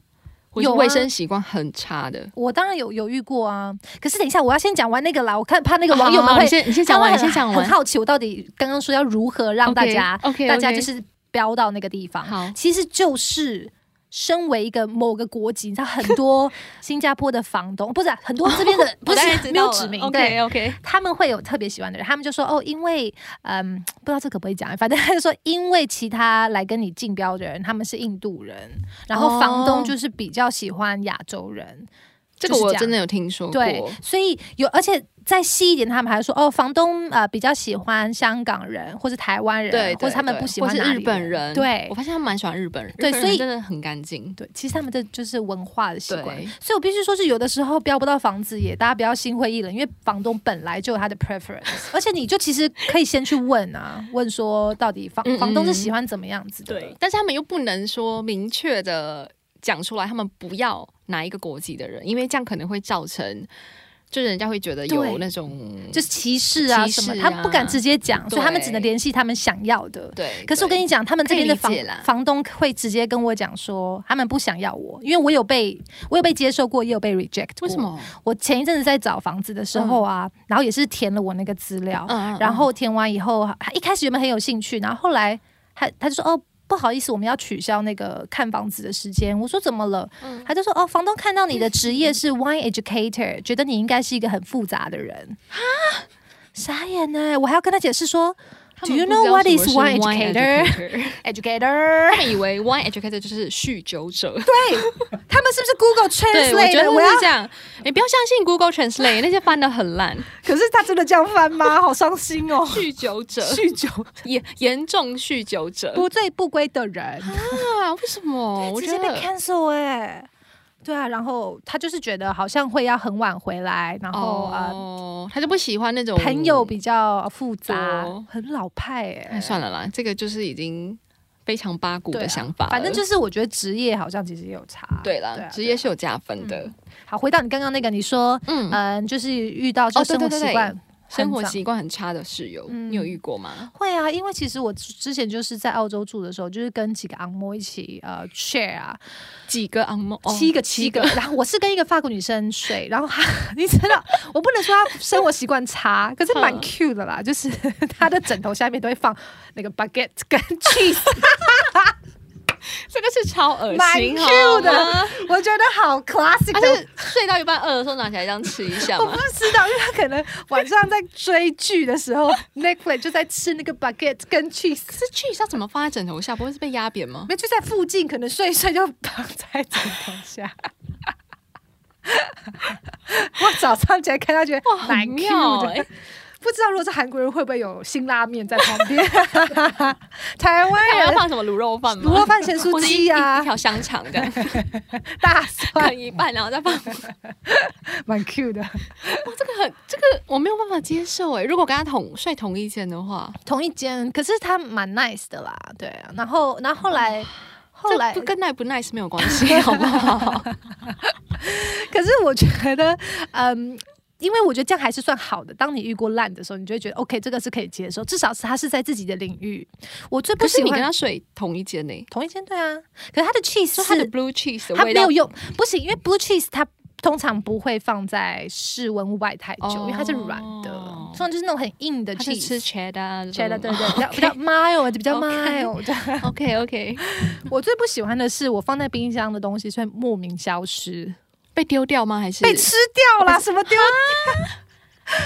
Speaker 1: 或是
Speaker 2: 有啊
Speaker 1: 卫生习惯很差的？
Speaker 2: 我当然有有遇过啊。可是等一下，我要先讲完那个啦，我看怕那个
Speaker 1: 好
Speaker 2: 网友
Speaker 1: 好
Speaker 2: 们
Speaker 1: 好
Speaker 2: 会
Speaker 1: 哦你先你先讲完，你先讲
Speaker 2: 很
Speaker 1: 完。
Speaker 2: 好奇我到底刚刚说要如何让大家
Speaker 1: OK，,
Speaker 2: 大家就是飙到那个地方。
Speaker 1: 好
Speaker 2: 其实就是身为一个某个国籍，你知道很多新加坡的房东，不是啊、很多这边的，不是没有指名，对。
Speaker 1: OK OK，
Speaker 2: 他们会有特别喜欢的人，他们就说哦，因为嗯，不知道这可不可以讲，反正他就说，因为其他来跟你竞标的人，他们是印度人，然后房
Speaker 1: 哦
Speaker 2: 东就是比较喜欢亚洲人，
Speaker 1: 这个
Speaker 2: 就是
Speaker 1: 我
Speaker 2: 这样
Speaker 1: 真的有听说过。
Speaker 2: 对，所以有，而且再细一点，他们还说哦，房东呃比较喜欢香港人或是台湾人，
Speaker 1: 对，
Speaker 2: 或者他们
Speaker 1: 对
Speaker 2: 不喜欢
Speaker 1: 或
Speaker 2: 哪
Speaker 1: 是
Speaker 2: 里
Speaker 1: 日本人。
Speaker 2: 对
Speaker 1: 我发现他们蛮喜欢日本人，
Speaker 2: 对
Speaker 1: 日本人
Speaker 2: 所以
Speaker 1: 真的很干净。
Speaker 2: 对，其实他们这就是文化的习惯。
Speaker 1: 对
Speaker 2: 所以我必须说是有的时候标不到房子也，大家不要心灰意冷，因为房东本来就有他的 preference，
Speaker 1: <laughs>
Speaker 2: 而且你就其实可以先去问啊，问说到底房
Speaker 1: 嗯嗯
Speaker 2: 房东是喜欢怎么样子的。
Speaker 1: 对，但是他们又不能说明确的讲出来，他们不要哪一个国籍的人，因为这样可能会造成，就是人家会觉得有
Speaker 2: 对
Speaker 1: 那种
Speaker 2: 就是歧视啊
Speaker 1: 歧
Speaker 2: 什
Speaker 1: 视啊
Speaker 2: 么，他们不敢直接讲，所以
Speaker 1: 对
Speaker 2: 他们只能联系他们想要的。
Speaker 1: 对。
Speaker 2: 可是我跟
Speaker 1: 对
Speaker 2: 你讲，他们这边的房
Speaker 1: 可以理解啦
Speaker 2: 房东会直接跟我讲说，他们不想要我，因为我有被我有被接受过，也有被 reject 过。
Speaker 1: 为什？么？
Speaker 2: 我前一阵子在找房子的时候啊，然后也是填了我那个资料，
Speaker 1: 嗯
Speaker 2: 然后填完以后，啊一开始原本很有兴趣，然后后来他他就说哦。不好意思，我们要取消那个看房子的时间。我说怎么了？
Speaker 1: 嗯
Speaker 2: 他就说哦，房东看到你的
Speaker 1: <laughs>
Speaker 2: 职业是 wine educator，觉得你应该是一个很复杂的人啊，傻眼呢、欸我还要跟他解释说
Speaker 1: 他
Speaker 2: Do
Speaker 1: 们
Speaker 2: you
Speaker 1: 不知
Speaker 2: know
Speaker 1: 道
Speaker 2: what
Speaker 1: 什么是
Speaker 2: is wine
Speaker 1: wine
Speaker 2: educator？
Speaker 1: educator？
Speaker 2: <laughs> educator，
Speaker 1: 他们以为 wine educator 就是酗酒者，
Speaker 2: 他们是不是 Google
Speaker 1: 对，我
Speaker 2: Translate
Speaker 1: 觉
Speaker 2: 的？
Speaker 1: 得
Speaker 2: 我
Speaker 1: 会
Speaker 2: 要
Speaker 1: 是，这样。你不要相信 Google Translate 那些翻的很烂，
Speaker 2: 可是他真的这样翻
Speaker 1: <laughs>
Speaker 2: 吗？好伤心哦
Speaker 1: 酗酒者
Speaker 2: 酗酒
Speaker 1: <laughs> 严严重酗酒者
Speaker 2: 不醉不归的人，
Speaker 1: 啊？为什么？我
Speaker 2: 直
Speaker 1: 觉
Speaker 2: 接被
Speaker 1: 得
Speaker 2: cancel 哎、对啊，然后他就是觉得好像会要很晚回来，然后啊、
Speaker 1: 哦，他就不喜欢那种
Speaker 2: 朋友。比较复杂
Speaker 1: 多，
Speaker 2: 很老派哎、
Speaker 1: 哎，算了啦，这个就是已经非常八股
Speaker 2: 对啊
Speaker 1: 的想法了。
Speaker 2: 反正就是我觉得职业好像其实也有差，
Speaker 1: 对
Speaker 2: 对
Speaker 1: 啦，
Speaker 2: 啊
Speaker 1: 职业是有加分的。
Speaker 2: 好，回到你刚刚那个，你说
Speaker 1: 嗯，
Speaker 2: 嗯，就是遇到这
Speaker 1: 哦
Speaker 2: 生
Speaker 1: 对
Speaker 2: 活
Speaker 1: 对对
Speaker 2: 习
Speaker 1: 对
Speaker 2: 惯、
Speaker 1: 生活
Speaker 2: 很脏
Speaker 1: 习惯很差的室友，
Speaker 2: 嗯
Speaker 1: 你有遇过吗？
Speaker 2: 会啊，因为其实我之之前就是在澳洲住的时候，就是跟几个昂摩一起呃 share 啊，
Speaker 1: 几个 on 梦？哦
Speaker 2: 七个七个，然后我是跟一个法国女生睡，然后她 <laughs> 你知道，我不能说她生活习惯差，可是蛮
Speaker 1: 嗯
Speaker 2: cute 的啦，就是 <laughs> 她的枕头下面都会放那个 baguette 跟 cheese， <laughs>
Speaker 1: 这个是超恶
Speaker 2: 蛮
Speaker 1: 心
Speaker 2: cute 的
Speaker 1: 好吗
Speaker 2: 我觉得好 classic
Speaker 1: 而
Speaker 2: 的。
Speaker 1: 且睡到一半饿的时候拿起来这样吃一下 <laughs>
Speaker 2: 我
Speaker 1: 嘛
Speaker 2: 不。知道，因为她可能晚上在追剧的时候，Netflix 就在吃那个 baguette 跟 cheese，
Speaker 1: 这 cheese 要怎么放在枕头下？不会是被压扁吗？
Speaker 2: 没就在附近，可能睡一睡就躺在枕头下。 <laughs> 我早上起来看到觉得
Speaker 1: 哇，
Speaker 2: 蛮
Speaker 1: 很
Speaker 2: Q
Speaker 1: 妙
Speaker 2: 的，
Speaker 1: 哎、
Speaker 2: 不知道如果是韩国人会不会有辛拉面在旁 <laughs> 边？台
Speaker 1: 看我
Speaker 2: 湾
Speaker 1: 要
Speaker 2: 人
Speaker 1: 放什么卤肉饭吗？
Speaker 2: 卤肉饭、咸
Speaker 1: 或
Speaker 2: 酥
Speaker 1: 者
Speaker 2: 鸡
Speaker 1: 一一
Speaker 2: 啊
Speaker 1: 一，条香肠这 <laughs> 样
Speaker 2: 大
Speaker 1: 啃
Speaker 2: 蒜 <laughs>
Speaker 1: 一半，然后再放。
Speaker 2: 蛮 Q 的。
Speaker 1: 哇，这个很这个我没有办法接受哎、如果跟他同睡同一间的话，
Speaker 2: 同一间，可是他蛮 nice 的啦，对啊。然后，然后后来，后
Speaker 1: 这
Speaker 2: 来，
Speaker 1: 不跟 nice 不 nice 没有关系，好不 <laughs> 好？
Speaker 2: 可是我觉得，嗯。因为我觉得这样还是算好的。当你遇过烂的时候，你就会觉得 OK，这个是可以接受，至少是他是在自己的领域。我最不
Speaker 1: 可
Speaker 2: 喜
Speaker 1: 是你
Speaker 2: 欢
Speaker 1: 跟他睡同一间呢、
Speaker 2: 同一间对啊，可是他的 cheese
Speaker 1: 就他的
Speaker 2: 是
Speaker 1: blue cheese 的
Speaker 2: 它
Speaker 1: 味
Speaker 2: 没
Speaker 1: 道
Speaker 2: 有用，不行，因为 blue cheese 它通常不会放在室温外太久，因为它是软的，
Speaker 1: 哦
Speaker 2: 通常就是那种很硬的
Speaker 1: 他是
Speaker 2: cheese。
Speaker 1: 吃 cheddar 的
Speaker 2: cheddar，对
Speaker 1: <laughs>
Speaker 2: 对，比较比较 mild，比较
Speaker 1: OK
Speaker 2: mild。 <laughs>
Speaker 1: OK OK，
Speaker 2: 我最不喜欢的是，我放在冰箱的东西却莫名消失，
Speaker 1: 被丢掉吗？还是
Speaker 2: 被吃掉啦，什么丢？
Speaker 1: 通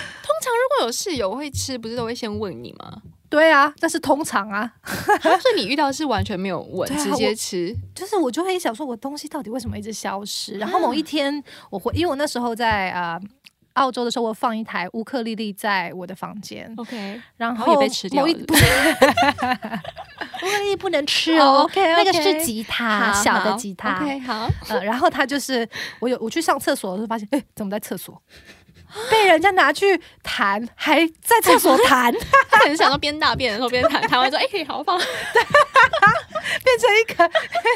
Speaker 1: 常如果有室友会吃，不是都会先问你 <laughs> 吗？
Speaker 2: <laughs> 对啊，但是通常啊，
Speaker 1: 所以你遇到的是完全没有问，
Speaker 2: 对啊
Speaker 1: 直接吃。
Speaker 2: 就是我就会想说，我东西到底为什么一直消失？然后某一天，我会，因为我那时候在啊。呃澳洲的时候，我放一台乌克丽丽在我的房间，
Speaker 1: OK，
Speaker 2: 然
Speaker 1: 然
Speaker 2: 后
Speaker 1: 后也被吃掉
Speaker 2: 某一
Speaker 1: 了
Speaker 2: 不是， <laughs> 乌克丽丽不能吃哦。
Speaker 1: 哦，OK，OK
Speaker 2: 那个是吉他，
Speaker 1: 好
Speaker 2: 小的
Speaker 1: 好
Speaker 2: 吉他。
Speaker 1: <laughs> OK，好，
Speaker 2: 呃，然后他就是我有我去上厕所的时候发现，哎，怎么在厕所？ <laughs> 被人家拿去弹，还在厕所
Speaker 1: <laughs>
Speaker 2: 弹，变
Speaker 1: 他可能想到边大便的时候边弹，弹完说：“哎、好棒
Speaker 2: 成一个变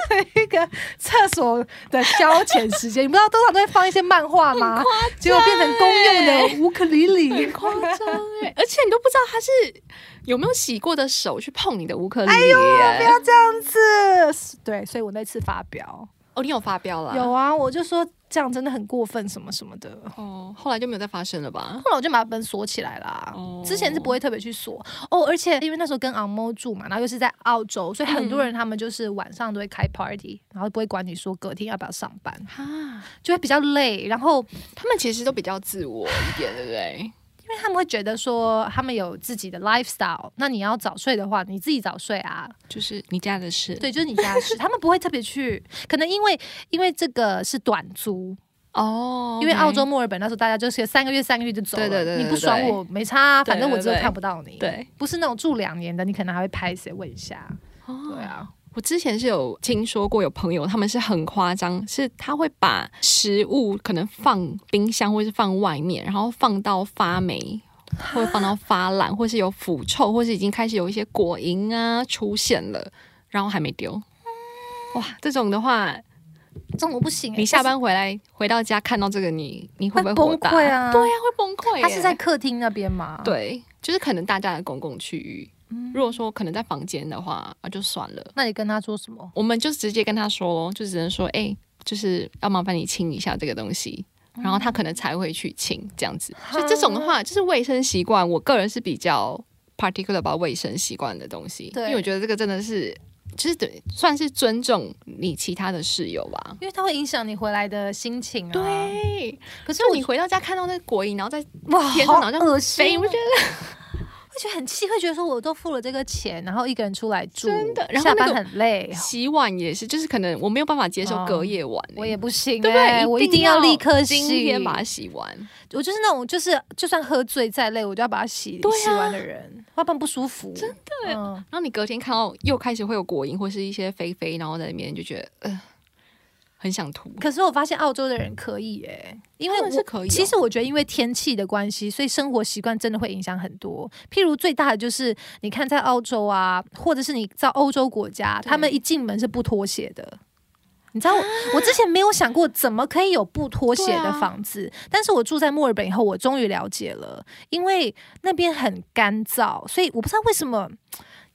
Speaker 2: 成一个厕所的消遣时间。你不知道通常都会放一些漫画吗？结果变成公用的乌克丽丽，
Speaker 1: 欸夸张哎！”而且你都不知道他是有没有洗过的手去碰你的乌克丽丽、
Speaker 2: 不
Speaker 1: 哎
Speaker 2: 要这样子。对，所以我那次发飙，
Speaker 1: 哦，你有发飙了？
Speaker 2: 有啊，我就说这样真的很过分，什么什么的。
Speaker 1: 哦，后来就没有再发生了吧？
Speaker 2: 后来我就把门锁起来啦。
Speaker 1: 哦
Speaker 2: 之前是不会特别去锁哦，而且因为那时候跟 ang mo 住嘛，然后又是在澳洲，所以很多人他们就是晚上都会开 party，、然后不会管你说隔天要不要上班，
Speaker 1: 哈，
Speaker 2: 就会比较累。然后因
Speaker 1: 他们其实都比较自我一点，对不对？
Speaker 2: 为他们会觉得说他们有自己的 lifestyle，那你要早睡的话，你自己早睡啊。
Speaker 1: 就是你家的事，
Speaker 2: 对，就是你家的事，他们不会特别去，可能因为因为这个是短租，
Speaker 1: 哦
Speaker 2: 因为澳洲墨尔本那时候大家就是三个月三个月就走了，
Speaker 1: 对对对对
Speaker 2: 你不爽我没差啊、
Speaker 1: 对
Speaker 2: 反正我之后
Speaker 1: 对对
Speaker 2: 看不到你。
Speaker 1: 对
Speaker 2: 不是那种住两年的，你可能还会拍谁问一下。
Speaker 1: 哦
Speaker 2: 对啊，
Speaker 1: 我之前是有听说过有朋友，他们是很夸张，是他会把食物可能放冰箱或是放外面，然后放到发霉，或者放到发烂，或是有腐臭，或是已经开始有一些果蝇啊出现了，然后还没丢。哇，这种的话，
Speaker 2: 这种我不行欸、
Speaker 1: 你下班回来回到家看到这个你，你会
Speaker 2: 会
Speaker 1: 不会
Speaker 2: 崩
Speaker 1: 火大
Speaker 2: 溃啊
Speaker 1: 对呀、会崩溃耶。
Speaker 2: 他是在客厅那边吗？，
Speaker 1: 对，就是可能大家的公共区域。如果说可能在房间的话，啊就算了。
Speaker 2: 那你跟他说什么？
Speaker 1: 我们就直接跟他说咯，就只能说，哎、就是要麻烦你清一下这个东西，然后他可能才会去清这样子。所以这种的话，就是卫生习惯，我个人是比较 particular about 卫生习惯的东西，
Speaker 2: 对
Speaker 1: 因为我觉得这个真的是。就是对，算是尊重你其他的室友吧。
Speaker 2: 因为他会影响你回来的心情啊。，
Speaker 1: 对，
Speaker 2: 可是
Speaker 1: 就
Speaker 2: 我
Speaker 1: 你回到家看到那个果蝇，然后再
Speaker 2: 哇，
Speaker 1: 天
Speaker 2: 好
Speaker 1: 上好像
Speaker 2: 恶心
Speaker 1: 飞，
Speaker 2: 哦，
Speaker 1: 你不觉得
Speaker 2: <laughs> 会觉得很气，会觉得说我都付了这个钱，然后一个人出来住，
Speaker 1: 真的然后
Speaker 2: 下
Speaker 1: 那
Speaker 2: 班
Speaker 1: 个
Speaker 2: 很累，
Speaker 1: 洗碗也是，就是可能我没有办法接受
Speaker 2: 哦
Speaker 1: 隔夜碗、
Speaker 2: 我也不行、欸，
Speaker 1: 对不对？
Speaker 2: 我一
Speaker 1: 一
Speaker 2: 定要立刻洗，
Speaker 1: 今天把它洗完。
Speaker 2: 我就是那种，就是就算喝醉再累，我都要把它洗、
Speaker 1: 对啊
Speaker 2: 洗完的人，要不然不舒服。真的，嗯，
Speaker 1: 然后你隔天看到又开始会有果蝇或是一些飞飞，然后在那边就觉得呃很想吐。
Speaker 2: 可是我发现澳洲的人可以耶、因为
Speaker 1: 他们
Speaker 2: 我
Speaker 1: 是可以哦
Speaker 2: 其实我觉得，因为天气的关系，所以生活习惯真的会影响很多。譬如最大的就是，你看在澳洲啊，或者是你在欧洲国家，
Speaker 1: 对啊
Speaker 2: 他们一进门是不脱鞋的。你知道我，我之前没有想过怎么可以有不脱鞋
Speaker 1: 对
Speaker 2: 的
Speaker 1: 啊
Speaker 2: 房子，但是我住在墨尔本以后，我终于了解了，因为那边很干燥，所以我不知道为什么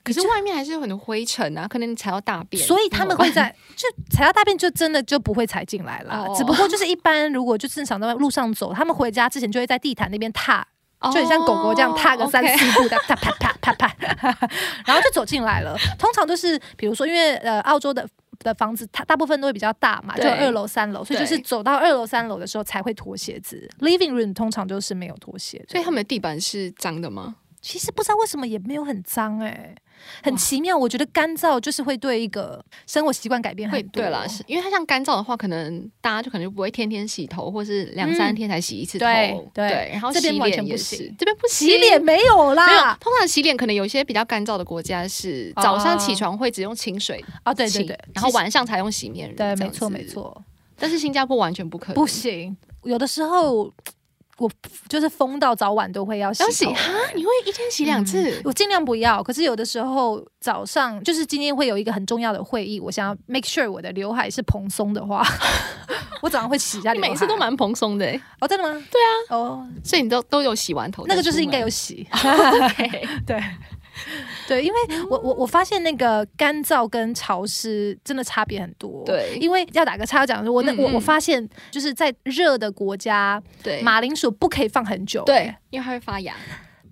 Speaker 1: 可是外面还是有很多灰尘啊，可能你踩到大便，
Speaker 2: <laughs> 所以他们会
Speaker 1: 怎么
Speaker 2: 在就踩到大便就真的就不会踩进来啦。
Speaker 1: 哦
Speaker 2: 只不过就是一般如果就正常在路上走，他们回家之前就会在地毯那边踏，
Speaker 1: <laughs> 办，
Speaker 2: 就很哦像狗狗这样踏个三
Speaker 1: 次。
Speaker 2: 四步，哒啪啪啪啪啪， <laughs> 然后就走进来了。通常都是比如说，因为呃澳洲的。的房子，它大部分都会比较大嘛，就
Speaker 1: 对
Speaker 2: 有二楼、三楼，所以就
Speaker 1: 对
Speaker 2: 是走到二楼、三楼的时候才会脱鞋子。Living room 通常就是没有脱鞋的，
Speaker 1: <laughs> 所以他们的地板是脏的吗？
Speaker 2: 其实不知道为什么也没有很脏哎、很奇妙。我觉得干燥就是会对一个生活习惯改变
Speaker 1: 会
Speaker 2: 很多。
Speaker 1: 对啦，是因为它像干燥的话，可能大家就可能就不会天天洗头，或是两
Speaker 2: 嗯
Speaker 1: 三天才洗一次头。
Speaker 2: 对对
Speaker 1: 然后
Speaker 2: 这边
Speaker 1: 洗
Speaker 2: 完全
Speaker 1: 脸
Speaker 2: 不
Speaker 1: 也
Speaker 2: 行
Speaker 1: 是，这边不行
Speaker 2: 洗脸。没有
Speaker 1: 没有，
Speaker 2: 啦。
Speaker 1: 通常洗脸可能有些比较干燥的国家是
Speaker 2: 哦
Speaker 1: 早上起床会只用清水
Speaker 2: 哦，对对
Speaker 1: 清
Speaker 2: 对，
Speaker 1: 然后
Speaker 2: 其实
Speaker 1: 晚上才用洗面乳。
Speaker 2: 对，
Speaker 1: 这
Speaker 2: 没
Speaker 1: 样
Speaker 2: 错
Speaker 1: 子
Speaker 2: 没。错，
Speaker 1: 但是新加坡完全不可能，
Speaker 2: 不行。有的时候我就是疯到早晚都会要洗
Speaker 1: 要洗
Speaker 2: 头
Speaker 1: 哈？你会一天洗两次？
Speaker 2: 我尽量不要，可是有的时候早上就是今天会有一个很重要的会议，我想要 make sure 我的刘海是蓬松的话， <laughs> 我早上会洗一
Speaker 1: <laughs>
Speaker 2: 下
Speaker 1: 你
Speaker 2: 刘海。
Speaker 1: 每次都蛮蓬松的欸，
Speaker 2: 哦，真的吗？对啊，哦，
Speaker 1: 所以你都都有洗完头再出门。哦
Speaker 2: 那个就是应该
Speaker 1: <laughs>
Speaker 2: 有洗。
Speaker 1: OK。
Speaker 2: <laughs> 对。对，因为我我我发现那个干燥跟潮湿真的差别很多。
Speaker 1: 对
Speaker 2: 因为要打个叉讲，我那、
Speaker 1: 嗯
Speaker 2: 我
Speaker 1: 嗯
Speaker 2: 我发现就是在热的国家，
Speaker 1: 对
Speaker 2: 马铃薯不可以放很久。欸
Speaker 1: 对，，因为它会发芽。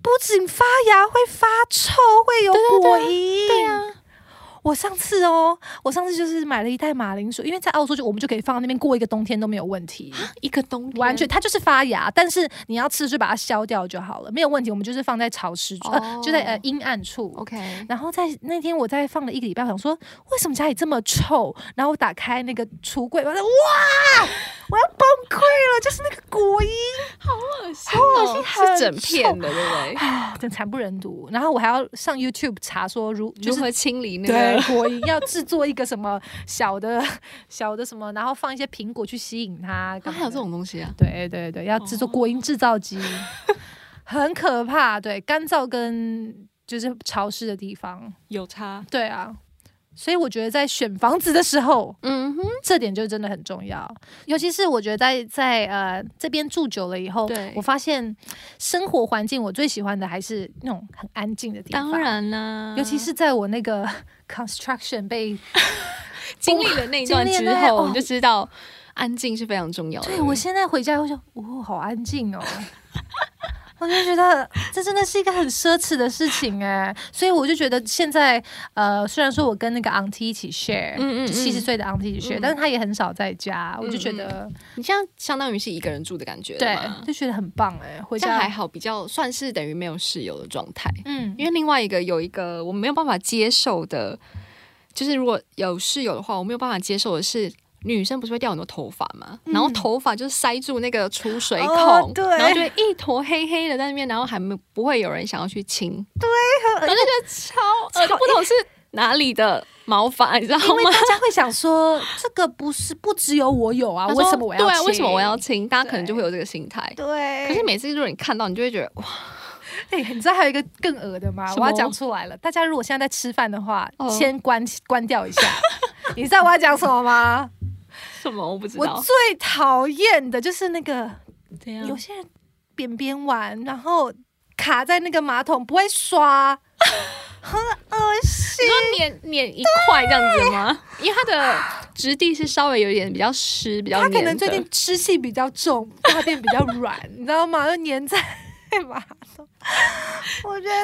Speaker 2: 不仅发芽会发臭，会有果蝇。
Speaker 1: 啊对啊，
Speaker 2: 我上次哦，我上次就是买了一袋马铃薯，因为在澳洲就我们就可以放在那边过一个冬天都没有问题。
Speaker 1: 一个冬天
Speaker 2: 完全，它就是发芽，但是你要吃就把它削掉就好了，没有问题。我们就是放在潮湿处，呃，
Speaker 1: 哦
Speaker 2: 就在呃阴暗处。
Speaker 1: OK。
Speaker 2: 然后在那天我在放了一个礼拜，我想说为什么家里这么臭？然后我打开那个橱柜，我说哇，我要崩溃了，就是那个果蝇，
Speaker 1: 好恶心
Speaker 2: 好恶心，
Speaker 1: 哦！
Speaker 2: 还
Speaker 1: 是整片的，对不对？
Speaker 2: 真惨不忍睹。然后我还要上 YouTube 查说如 <laughs> 就
Speaker 1: 如
Speaker 2: 是
Speaker 1: 何清理那
Speaker 2: 对
Speaker 1: 个？
Speaker 2: 果蝇要制作一个什么小的小的什么，然后放一些苹果去吸引它。
Speaker 1: 它
Speaker 2: 干嘛
Speaker 1: 还有这
Speaker 2: 的
Speaker 1: 种东西啊？
Speaker 2: 对对对，要制作
Speaker 1: 哦
Speaker 2: 果蝇制
Speaker 1: <laughs>
Speaker 2: 造机，很可怕。对，干燥跟就是潮湿的地方，
Speaker 1: 有差。
Speaker 2: 对啊。所以我觉得在选房子的时候，
Speaker 1: 嗯哼，
Speaker 2: 这点就真的很重要。尤其是我觉得在在呃这边住久了以后
Speaker 1: 对，
Speaker 2: 我发现生活环境我最喜欢的还是那种很安静的地方。
Speaker 1: 当，然啊啦，
Speaker 2: 尤其是在我那个 <laughs> construction 被
Speaker 1: 经历了那一段
Speaker 2: 经历
Speaker 1: 之
Speaker 2: 了那
Speaker 1: 后，
Speaker 2: 哦
Speaker 1: 我们就知道安静是非常重要的。
Speaker 2: 对我现在回家会说，哇、好安静哦。 <laughs> 我就觉得这真的是一个很奢侈的事情哎、所以我就觉得现在呃，虽然说我跟那个 auntie 一起 share，
Speaker 1: 嗯嗯嗯
Speaker 2: 七十岁的 auntie 一起 share，、
Speaker 1: 嗯
Speaker 2: 但是她也很少在家，我就觉得、
Speaker 1: 你这样相当于是一个人住的感觉了嘛，
Speaker 2: 对，就觉得很棒哎、回
Speaker 1: 这样
Speaker 2: 家
Speaker 1: 还好，比较算是等于没有室友的状态。
Speaker 2: 嗯，
Speaker 1: 因为另外一个有一个我没有办法接受的，就是如果有室友的话，我没有办法接受的是。女生不是会掉很多头发吗？然后头发就是塞住那个储水孔，
Speaker 2: 嗯哦对
Speaker 1: 然后就会一坨黑黑的在那边，然后还没不会有人想要去清，
Speaker 2: 而
Speaker 1: 我就觉得超恶心，不懂是哪里的毛发，你知道
Speaker 2: 因为
Speaker 1: 吗？
Speaker 2: 大家会想说，这个不是不只有我有啊，
Speaker 1: 他
Speaker 2: 为
Speaker 1: 说
Speaker 2: 什么我要
Speaker 1: 对啊？
Speaker 2: 亲
Speaker 1: 为什么我要清？大家可能
Speaker 2: 对
Speaker 1: 就会有这个心态。
Speaker 2: 对？
Speaker 1: 可是每次如果你看到，你就会觉得哇，
Speaker 2: 哎、你知道还有一个更恶的吗
Speaker 1: 什？么
Speaker 2: 我要讲出来了。大家如果现在在吃饭的话，
Speaker 1: 哦
Speaker 2: 先关关掉一下。 <laughs> 你知道我要讲什么吗？
Speaker 1: 什么我不知
Speaker 2: 我
Speaker 1: 道，
Speaker 2: 最讨厌的就是那个
Speaker 1: 怎
Speaker 2: 有些人边边玩，然后卡在那个马桶不会刷，很恶心啊
Speaker 1: 你。说碾碾一块这样子吗？因为它的质地是稍微有点比较湿，比较
Speaker 2: 他
Speaker 1: 黏的
Speaker 2: 可能最近湿气比较重， <laughs> 大便比较软，你知道吗？就粘在 <laughs> 马桶。我觉得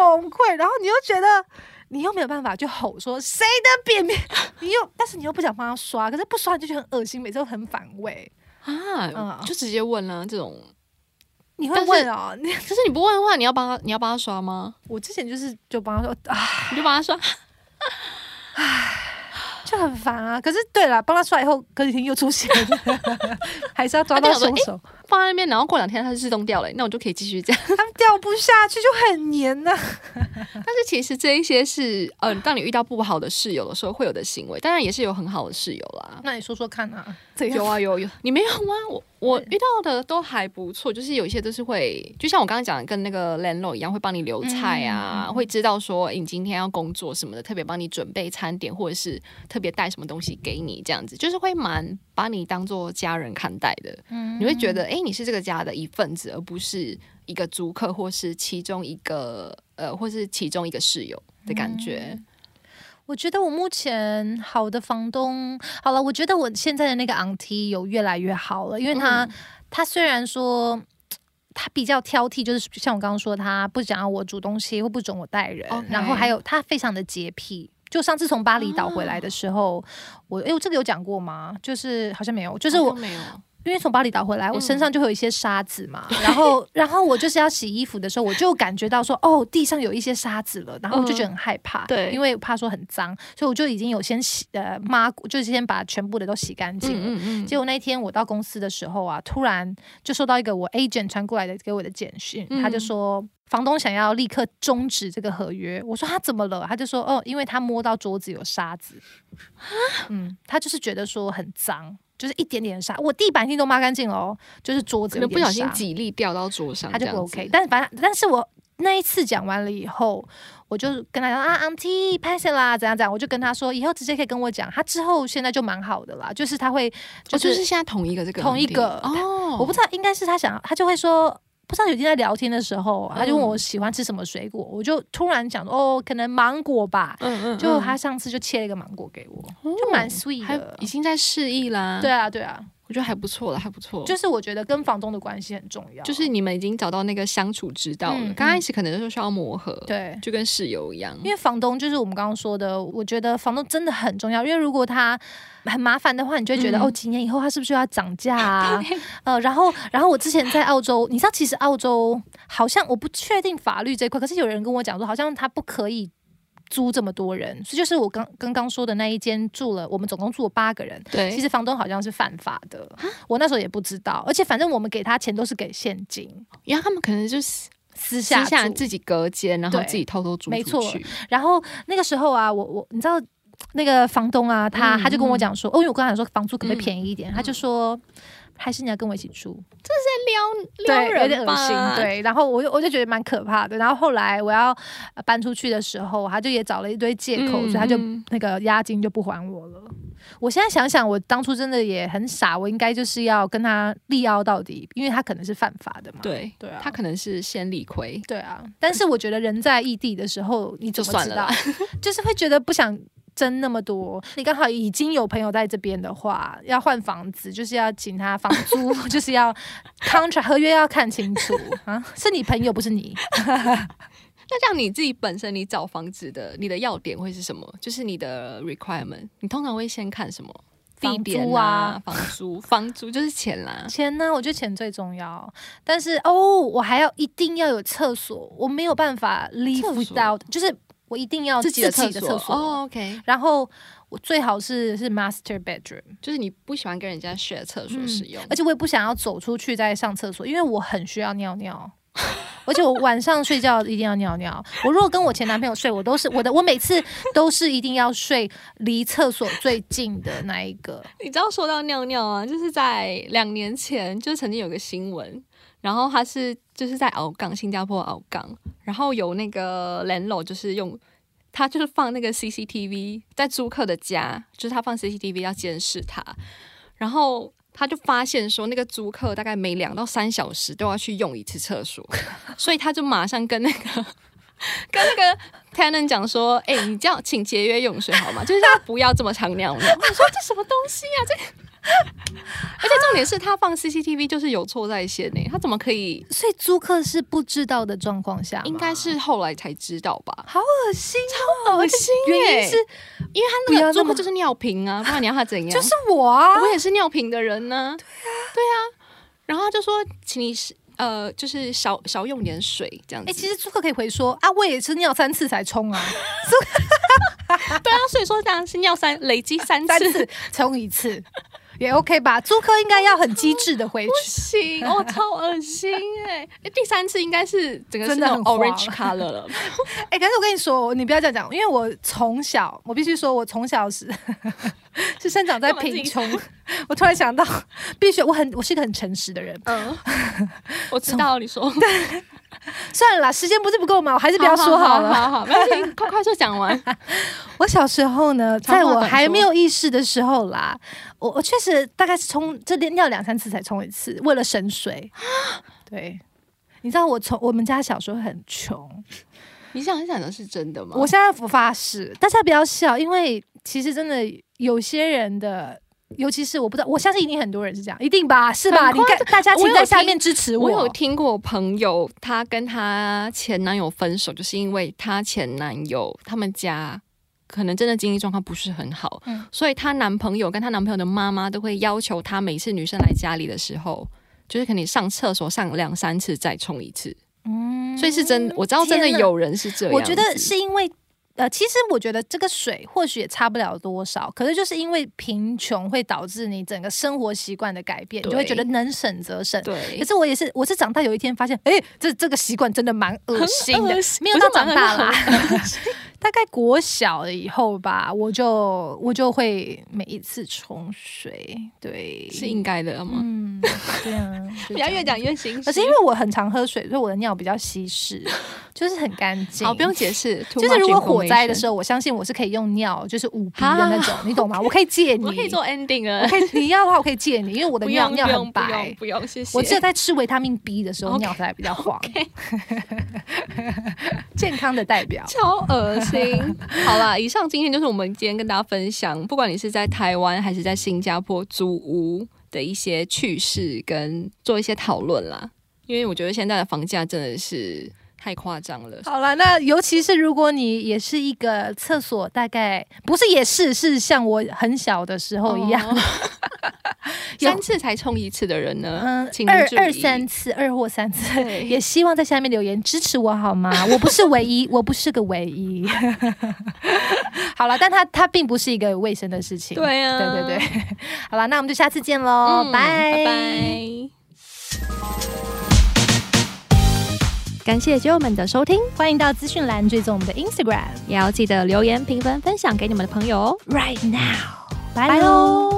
Speaker 2: 我要崩溃，然后你又觉得你又没有办法去吼说谁的便便， <laughs> 你又但是你又不想帮他刷，可是不刷你就觉得很恶心，每次都很反胃。
Speaker 1: 啊，
Speaker 2: 嗯
Speaker 1: 就直接问啦、这种。
Speaker 2: 你会
Speaker 1: 但是
Speaker 2: 问哦，你
Speaker 1: 可是你不问的话，你要帮他，你要帮他刷吗？
Speaker 2: 我之前就是就帮他说啊，
Speaker 1: 你就帮他刷，
Speaker 2: 就很烦啊。可是对了，帮他刷以后，隔几天又出现了， <laughs> 还是要抓到
Speaker 1: 他就想
Speaker 2: 凶
Speaker 1: 说
Speaker 2: 手。
Speaker 1: 放在那边，然后过两天它就自动掉了，那我就可以继续这样。
Speaker 2: 他们掉不下去就很黏呐、
Speaker 1: 但是其实这一些是，呃，当你遇到不好的室友的时候会有的行为，当然也是有很好的室友啦。
Speaker 2: 那你说说看啊，怎
Speaker 1: 有啊有有，你没有 <laughs> 吗？我我遇到的都还不错，就是有一些都是会，就像我刚刚讲的，跟那个 landlord 一样，会帮你留菜啊，会知道说诶你今天要工作什么的，特别帮你准备餐点，或者是特别带什么东西给你，这样子就是会蛮把你当做家人看待的。你会觉得，诶，你是这个家的一份子，而不是一个租客或是其中一个呃，或是其中一个室友的感觉。
Speaker 2: 我觉得我目前好的房东，好了，我觉得我现在的那个 auntie 有越来越好了，因为他、他虽然说。他比较挑剔，就是像我刚刚说，他不想要我煮东西，或不准我带人
Speaker 1: OK
Speaker 2: 然后还有他非常的洁癖。就上次从巴厘岛回来的时候，我哎，我这个有讲过吗？就是好像没有，就
Speaker 1: 就是
Speaker 2: 我
Speaker 1: 没有，
Speaker 2: 因为从巴厘岛回来，我
Speaker 1: 嗯
Speaker 2: 身上就会有一些沙子
Speaker 1: <laughs>
Speaker 2: 嘛，然后然后我就是要洗衣服的时候，我就感觉到说，哦，地上有一些沙子了，然后我就觉得很害怕，
Speaker 1: 嗯对
Speaker 2: 因为怕说很脏，所以我就已经有先洗呃抹过，就是先把全部的都洗干净了。
Speaker 1: 嗯
Speaker 2: 结果那天我到公司的时候啊，突然就收到一个我 agent 传过来的给我的简讯，
Speaker 1: 嗯
Speaker 2: 他就说房东想要立刻终止这个合约。我说他啊怎么了？他就说哦，因为他摸到桌子有沙子，嗯，他就是觉得说很脏，就是一点点沙。我地板一定都抹干净了哦，就是桌子
Speaker 1: 可
Speaker 2: 有
Speaker 1: 能不
Speaker 2: 点
Speaker 1: 小心
Speaker 2: 沙，
Speaker 1: 几粒掉到桌上，
Speaker 2: 他就
Speaker 1: 这
Speaker 2: 不
Speaker 1: 样子
Speaker 2: OK。但反正，但是我那一次讲完了以后，我就跟他讲啊，auntie 拍摄啦，怎样怎样，我就跟他说以后直接可以跟我讲。他之后现在就蛮好的啦，就是他会
Speaker 1: 哦，
Speaker 2: 就是
Speaker 1: 就是现在同一个这个
Speaker 2: 同一
Speaker 1: 问题
Speaker 2: 个
Speaker 1: 哦，
Speaker 2: 我不知道，应该是他想要，他就会说。不知道有天在聊天的时候，他就问
Speaker 1: 嗯
Speaker 2: 我喜欢吃什么水果，我就突然讲哦，可能芒果吧。
Speaker 1: 嗯嗯
Speaker 2: 就他上次就切了一个芒果给我，嗯就蛮 sweet
Speaker 1: 还
Speaker 2: 的
Speaker 1: 已。经在示意啦，
Speaker 2: 哦对，啊，对啊，
Speaker 1: 我觉得还不错了，还不错，
Speaker 2: 就是我觉得跟房东的关系很重要。
Speaker 1: 就是你们已经找到那个相处之道了，
Speaker 2: 嗯
Speaker 1: 刚开始可能就需要磨合，，
Speaker 2: 对，
Speaker 1: 就跟室友一样，
Speaker 2: 因为房东就是我们刚刚说的，我觉得房东真的很重要。因为如果他很麻烦的话，你就会觉得、
Speaker 1: 嗯
Speaker 2: 哦，几年以后他是不是又要涨价啊？呃，然后，然后我之前在澳洲，你知道，其实澳洲好像我不确定法律这一块，可是有人跟我讲说，好像他不可以租这么多人，所以就是我刚刚刚说的那一间住了，我们总共住了八个人。
Speaker 1: 对，
Speaker 2: 其实房东好像是犯法的，我那时候也不知道，而且反正我们给他钱都是给现金，
Speaker 1: 因为他们可能就是
Speaker 2: 私
Speaker 1: 私
Speaker 2: 下
Speaker 1: 下
Speaker 2: 住
Speaker 1: 自己隔间，然后
Speaker 2: 对
Speaker 1: 自己偷偷租
Speaker 2: 没
Speaker 1: 出
Speaker 2: 错
Speaker 1: 去。
Speaker 2: 然后那个时候啊，我我你知道那个房东啊，他、
Speaker 1: 嗯
Speaker 2: 他就跟我讲说，哦，因为我跟他讲说房租可不可以
Speaker 1: 嗯
Speaker 2: 便宜一点，他就说。还是你要跟我一起住，
Speaker 1: 撩
Speaker 2: 对，有点
Speaker 1: 人
Speaker 2: 恶心，
Speaker 1: 吧，嗯
Speaker 2: 对。然后我就我就觉得蛮可怕的。然后后来我要呃搬出去的时候，他就也找了一堆借口，
Speaker 1: 嗯
Speaker 2: 所以他就
Speaker 1: 嗯
Speaker 2: 那个押金就不还我了。我现在想想，我当初真的也很傻，我应该就是要跟他力拗到底，因为他可能是犯法的嘛。
Speaker 1: 对，
Speaker 2: 对啊，
Speaker 1: 他可能是先理亏，
Speaker 2: 对啊，但是我觉得人在异地的时候，你怎
Speaker 1: 就
Speaker 2: 么
Speaker 1: 算
Speaker 2: 知
Speaker 1: 了
Speaker 2: 道
Speaker 1: 啦？
Speaker 2: <laughs> 就是会觉得不想争那么多。你刚好已经有朋友在这边的话，要换房子，就是要请他房租， <laughs> 就是要 contract 合约要看清楚啊。是你朋友，不是你。
Speaker 1: 那这样你自己本身，你找房子的你的要点会是什么？就是你的 requirement，你通常会先看什么？
Speaker 2: 房
Speaker 1: 地点
Speaker 2: 租啊
Speaker 1: 啊，房租，房租就是钱啦。
Speaker 2: 钱呢？我觉得钱最重要，但是哦，我还要一定要有厕所，我没有办法 leave
Speaker 1: 厕所
Speaker 2: without，就是我一定要
Speaker 1: 自己的厕
Speaker 2: 所。
Speaker 1: 所哦，OK，
Speaker 2: 然后我最好是是 master bedroom。
Speaker 1: 就是你不喜欢跟人家 share 厕所
Speaker 2: 嗯
Speaker 1: 使用，
Speaker 2: 而且我也不想要走出去再上厕所，因为我很需要尿尿。而且我晚上睡觉一定要尿尿。我如果跟我前男朋友睡，我都是我的，我每次都是一定要睡离厕所最近的那一个。
Speaker 1: <laughs> 你知道说到尿尿啊，就是在两年前，就曾经有个新闻，然后他是就是在鳌港，新加坡鳌港，然后有那个 landlord 就是用他就是放那个 CCTV 在租客的家，就是他放 CCTV 要监视他，然后他就发现说那个租客大概每两到三小时都要去用一次厕所， <laughs> 所以他就马上跟那个跟那个 tenant 讲说，哎、你这样请节约用水好吗？就是他不要这么常尿尿。我说这什么东西啊？这而且重点是他放 CCTV 就是有错在先呢、他怎么可以？
Speaker 2: 所以租客是不知道的状况下吗，
Speaker 1: 应该是后来才知道吧？
Speaker 2: 好恶心哦，
Speaker 1: 恶心欸
Speaker 2: 原因是
Speaker 1: 因为
Speaker 2: 不
Speaker 1: 他那
Speaker 2: 要
Speaker 1: 个
Speaker 2: 那
Speaker 1: 租
Speaker 2: 么
Speaker 1: 客就是尿频啊，不然你要他怎样？
Speaker 2: 就是我啊，
Speaker 1: 我也是尿频的人呢、对啊，对啊。然后他就说，请你是呃，就是少少用点水这样
Speaker 2: 哎、
Speaker 1: 子。
Speaker 2: 其实租客可以回说啊，我也是尿三次才冲 <laughs> 啊，
Speaker 1: 对啊，所以说当然是尿三累积三
Speaker 2: 三
Speaker 1: 次。
Speaker 2: 次冲一次也 OK 吧？租客应该要很机智的回去
Speaker 1: 不。行，我、超恶心哎、欸！第三次应该是整个是
Speaker 2: 真的
Speaker 1: 那
Speaker 2: 很
Speaker 1: 种
Speaker 2: 黄
Speaker 1: orange color 了，
Speaker 2: 哎、可是我跟你说，你不要这样讲，因为我从小，我必须说，我从小是 <laughs> 是生长在
Speaker 1: 干嘛自己
Speaker 2: 贫穷。我突然想到， <laughs> 必须我很我是一个很诚实的人。
Speaker 1: 嗯，我知道你说，
Speaker 2: 算了啦，时间不是不够嘛，我还是不要说好
Speaker 1: <laughs>
Speaker 2: 了。
Speaker 1: 好好，没关系，快快速讲完。
Speaker 2: 我小时候呢，
Speaker 1: 长话
Speaker 2: 在我
Speaker 1: 短
Speaker 2: 还
Speaker 1: 说
Speaker 2: 没有意识的时候啦，我我确实大概是冲这尿两三次才冲一次，为了省水。 <gasps> 对，你知道我从我们家小时候很穷，
Speaker 1: 你想想的是真的吗？
Speaker 2: 我现在不发誓，大家不要笑，因为其实真的有些人的，尤其是我不知道，我相信一定很多人是这样，一定吧，是吧？
Speaker 1: 很
Speaker 2: 你看，大家请
Speaker 1: 我有
Speaker 2: 在下
Speaker 1: 听
Speaker 2: 面支持
Speaker 1: 我
Speaker 2: 我。
Speaker 1: 有听过朋友，她跟她前男友分手，就是因为她前男友他们家可能真的经济状况不是很好，
Speaker 2: 嗯
Speaker 1: 所以她男朋友跟她男朋友的妈妈都会要求她每次女生来家里的时候，就是可能上厕所上两三次再冲一次，
Speaker 2: 嗯
Speaker 1: 所以是真，我知道真的
Speaker 2: 天哪
Speaker 1: 有人是这样子，
Speaker 2: 我觉得是因为。呃，其实我觉得这个水或许也差不了多少，可是就是因为贫穷会导致你整个生活习惯的改变，你就会
Speaker 1: 对
Speaker 2: 觉得能省则省。可
Speaker 1: 对，
Speaker 2: 是我也是，我是长大有一天发现，哎、这这个习惯真的蛮恶心 <laughs> 的，
Speaker 1: 恶心
Speaker 2: 没有到长大
Speaker 1: 不是
Speaker 2: 啦，
Speaker 1: <laughs>
Speaker 2: 大概国小了以后吧，我就我就会每一次冲水，对，
Speaker 1: 是应该的吗？
Speaker 2: 嗯，对啊，
Speaker 1: <laughs> 不
Speaker 2: 就这
Speaker 1: 要
Speaker 2: 样
Speaker 1: 越。讲越心虚
Speaker 2: 可是因为我很常喝水，所以我的尿比较稀释，就是很干
Speaker 1: <laughs>
Speaker 2: 净。
Speaker 1: 好，不用。解释，就
Speaker 2: 就是如果火灾的时
Speaker 1: 候，
Speaker 2: 候，我相信我是可以用尿，就是捂鼻的那种，你
Speaker 1: <laughs>
Speaker 2: 懂吗？我可以借你，
Speaker 1: 啊我可以做 ending
Speaker 2: 我
Speaker 1: 了，
Speaker 2: 可以，你要的话我可以借你，因为我的
Speaker 1: 不
Speaker 2: 尿
Speaker 1: 用不
Speaker 2: 尿很
Speaker 1: 用不
Speaker 2: 白
Speaker 1: 用。不用，谢谢。
Speaker 2: 我只 <laughs> 有在吃维他命 B 的时候
Speaker 1: OK，
Speaker 2: 尿才比较黄 <laughs> 健康的代表。
Speaker 1: 超恶心。好啦，以上今天就是我们今天跟大家分享，不管你是在台湾还是在新加坡租屋的一些趣事，跟做一些讨论啦。因为我觉得现在的房价真的是太夸张
Speaker 2: <laughs>
Speaker 1: 了。
Speaker 2: 好了，那尤其是如果你也是一 <laughs> 个厕所，大概不是也是是像我很小的时候一样，
Speaker 1: 哦
Speaker 2: 有
Speaker 1: 三次才冲一次的人呢
Speaker 2: <laughs> 嗯，，
Speaker 1: 请您
Speaker 2: 二
Speaker 1: 注意
Speaker 2: 二三次，二或三次，
Speaker 1: 对
Speaker 2: 也希望在下面留言支持我好 <laughs> 吗？我不是唯一，我不是个唯一。 <laughs> 好了，但它它并不是一个卫生的事情。
Speaker 1: 对啊，
Speaker 2: 对对对， <laughs> 好了，那我们就下次见喽，
Speaker 1: 嗯
Speaker 2: 拜
Speaker 1: 拜拜。
Speaker 3: 感谢酒友们的收听，
Speaker 2: 欢迎到资讯栏追踪我们的 Instagram
Speaker 3: 也要记得留言、评分、分享给你们的朋友哦。
Speaker 2: right now，
Speaker 3: 拜
Speaker 2: 拜
Speaker 3: 喽
Speaker 2: 喽。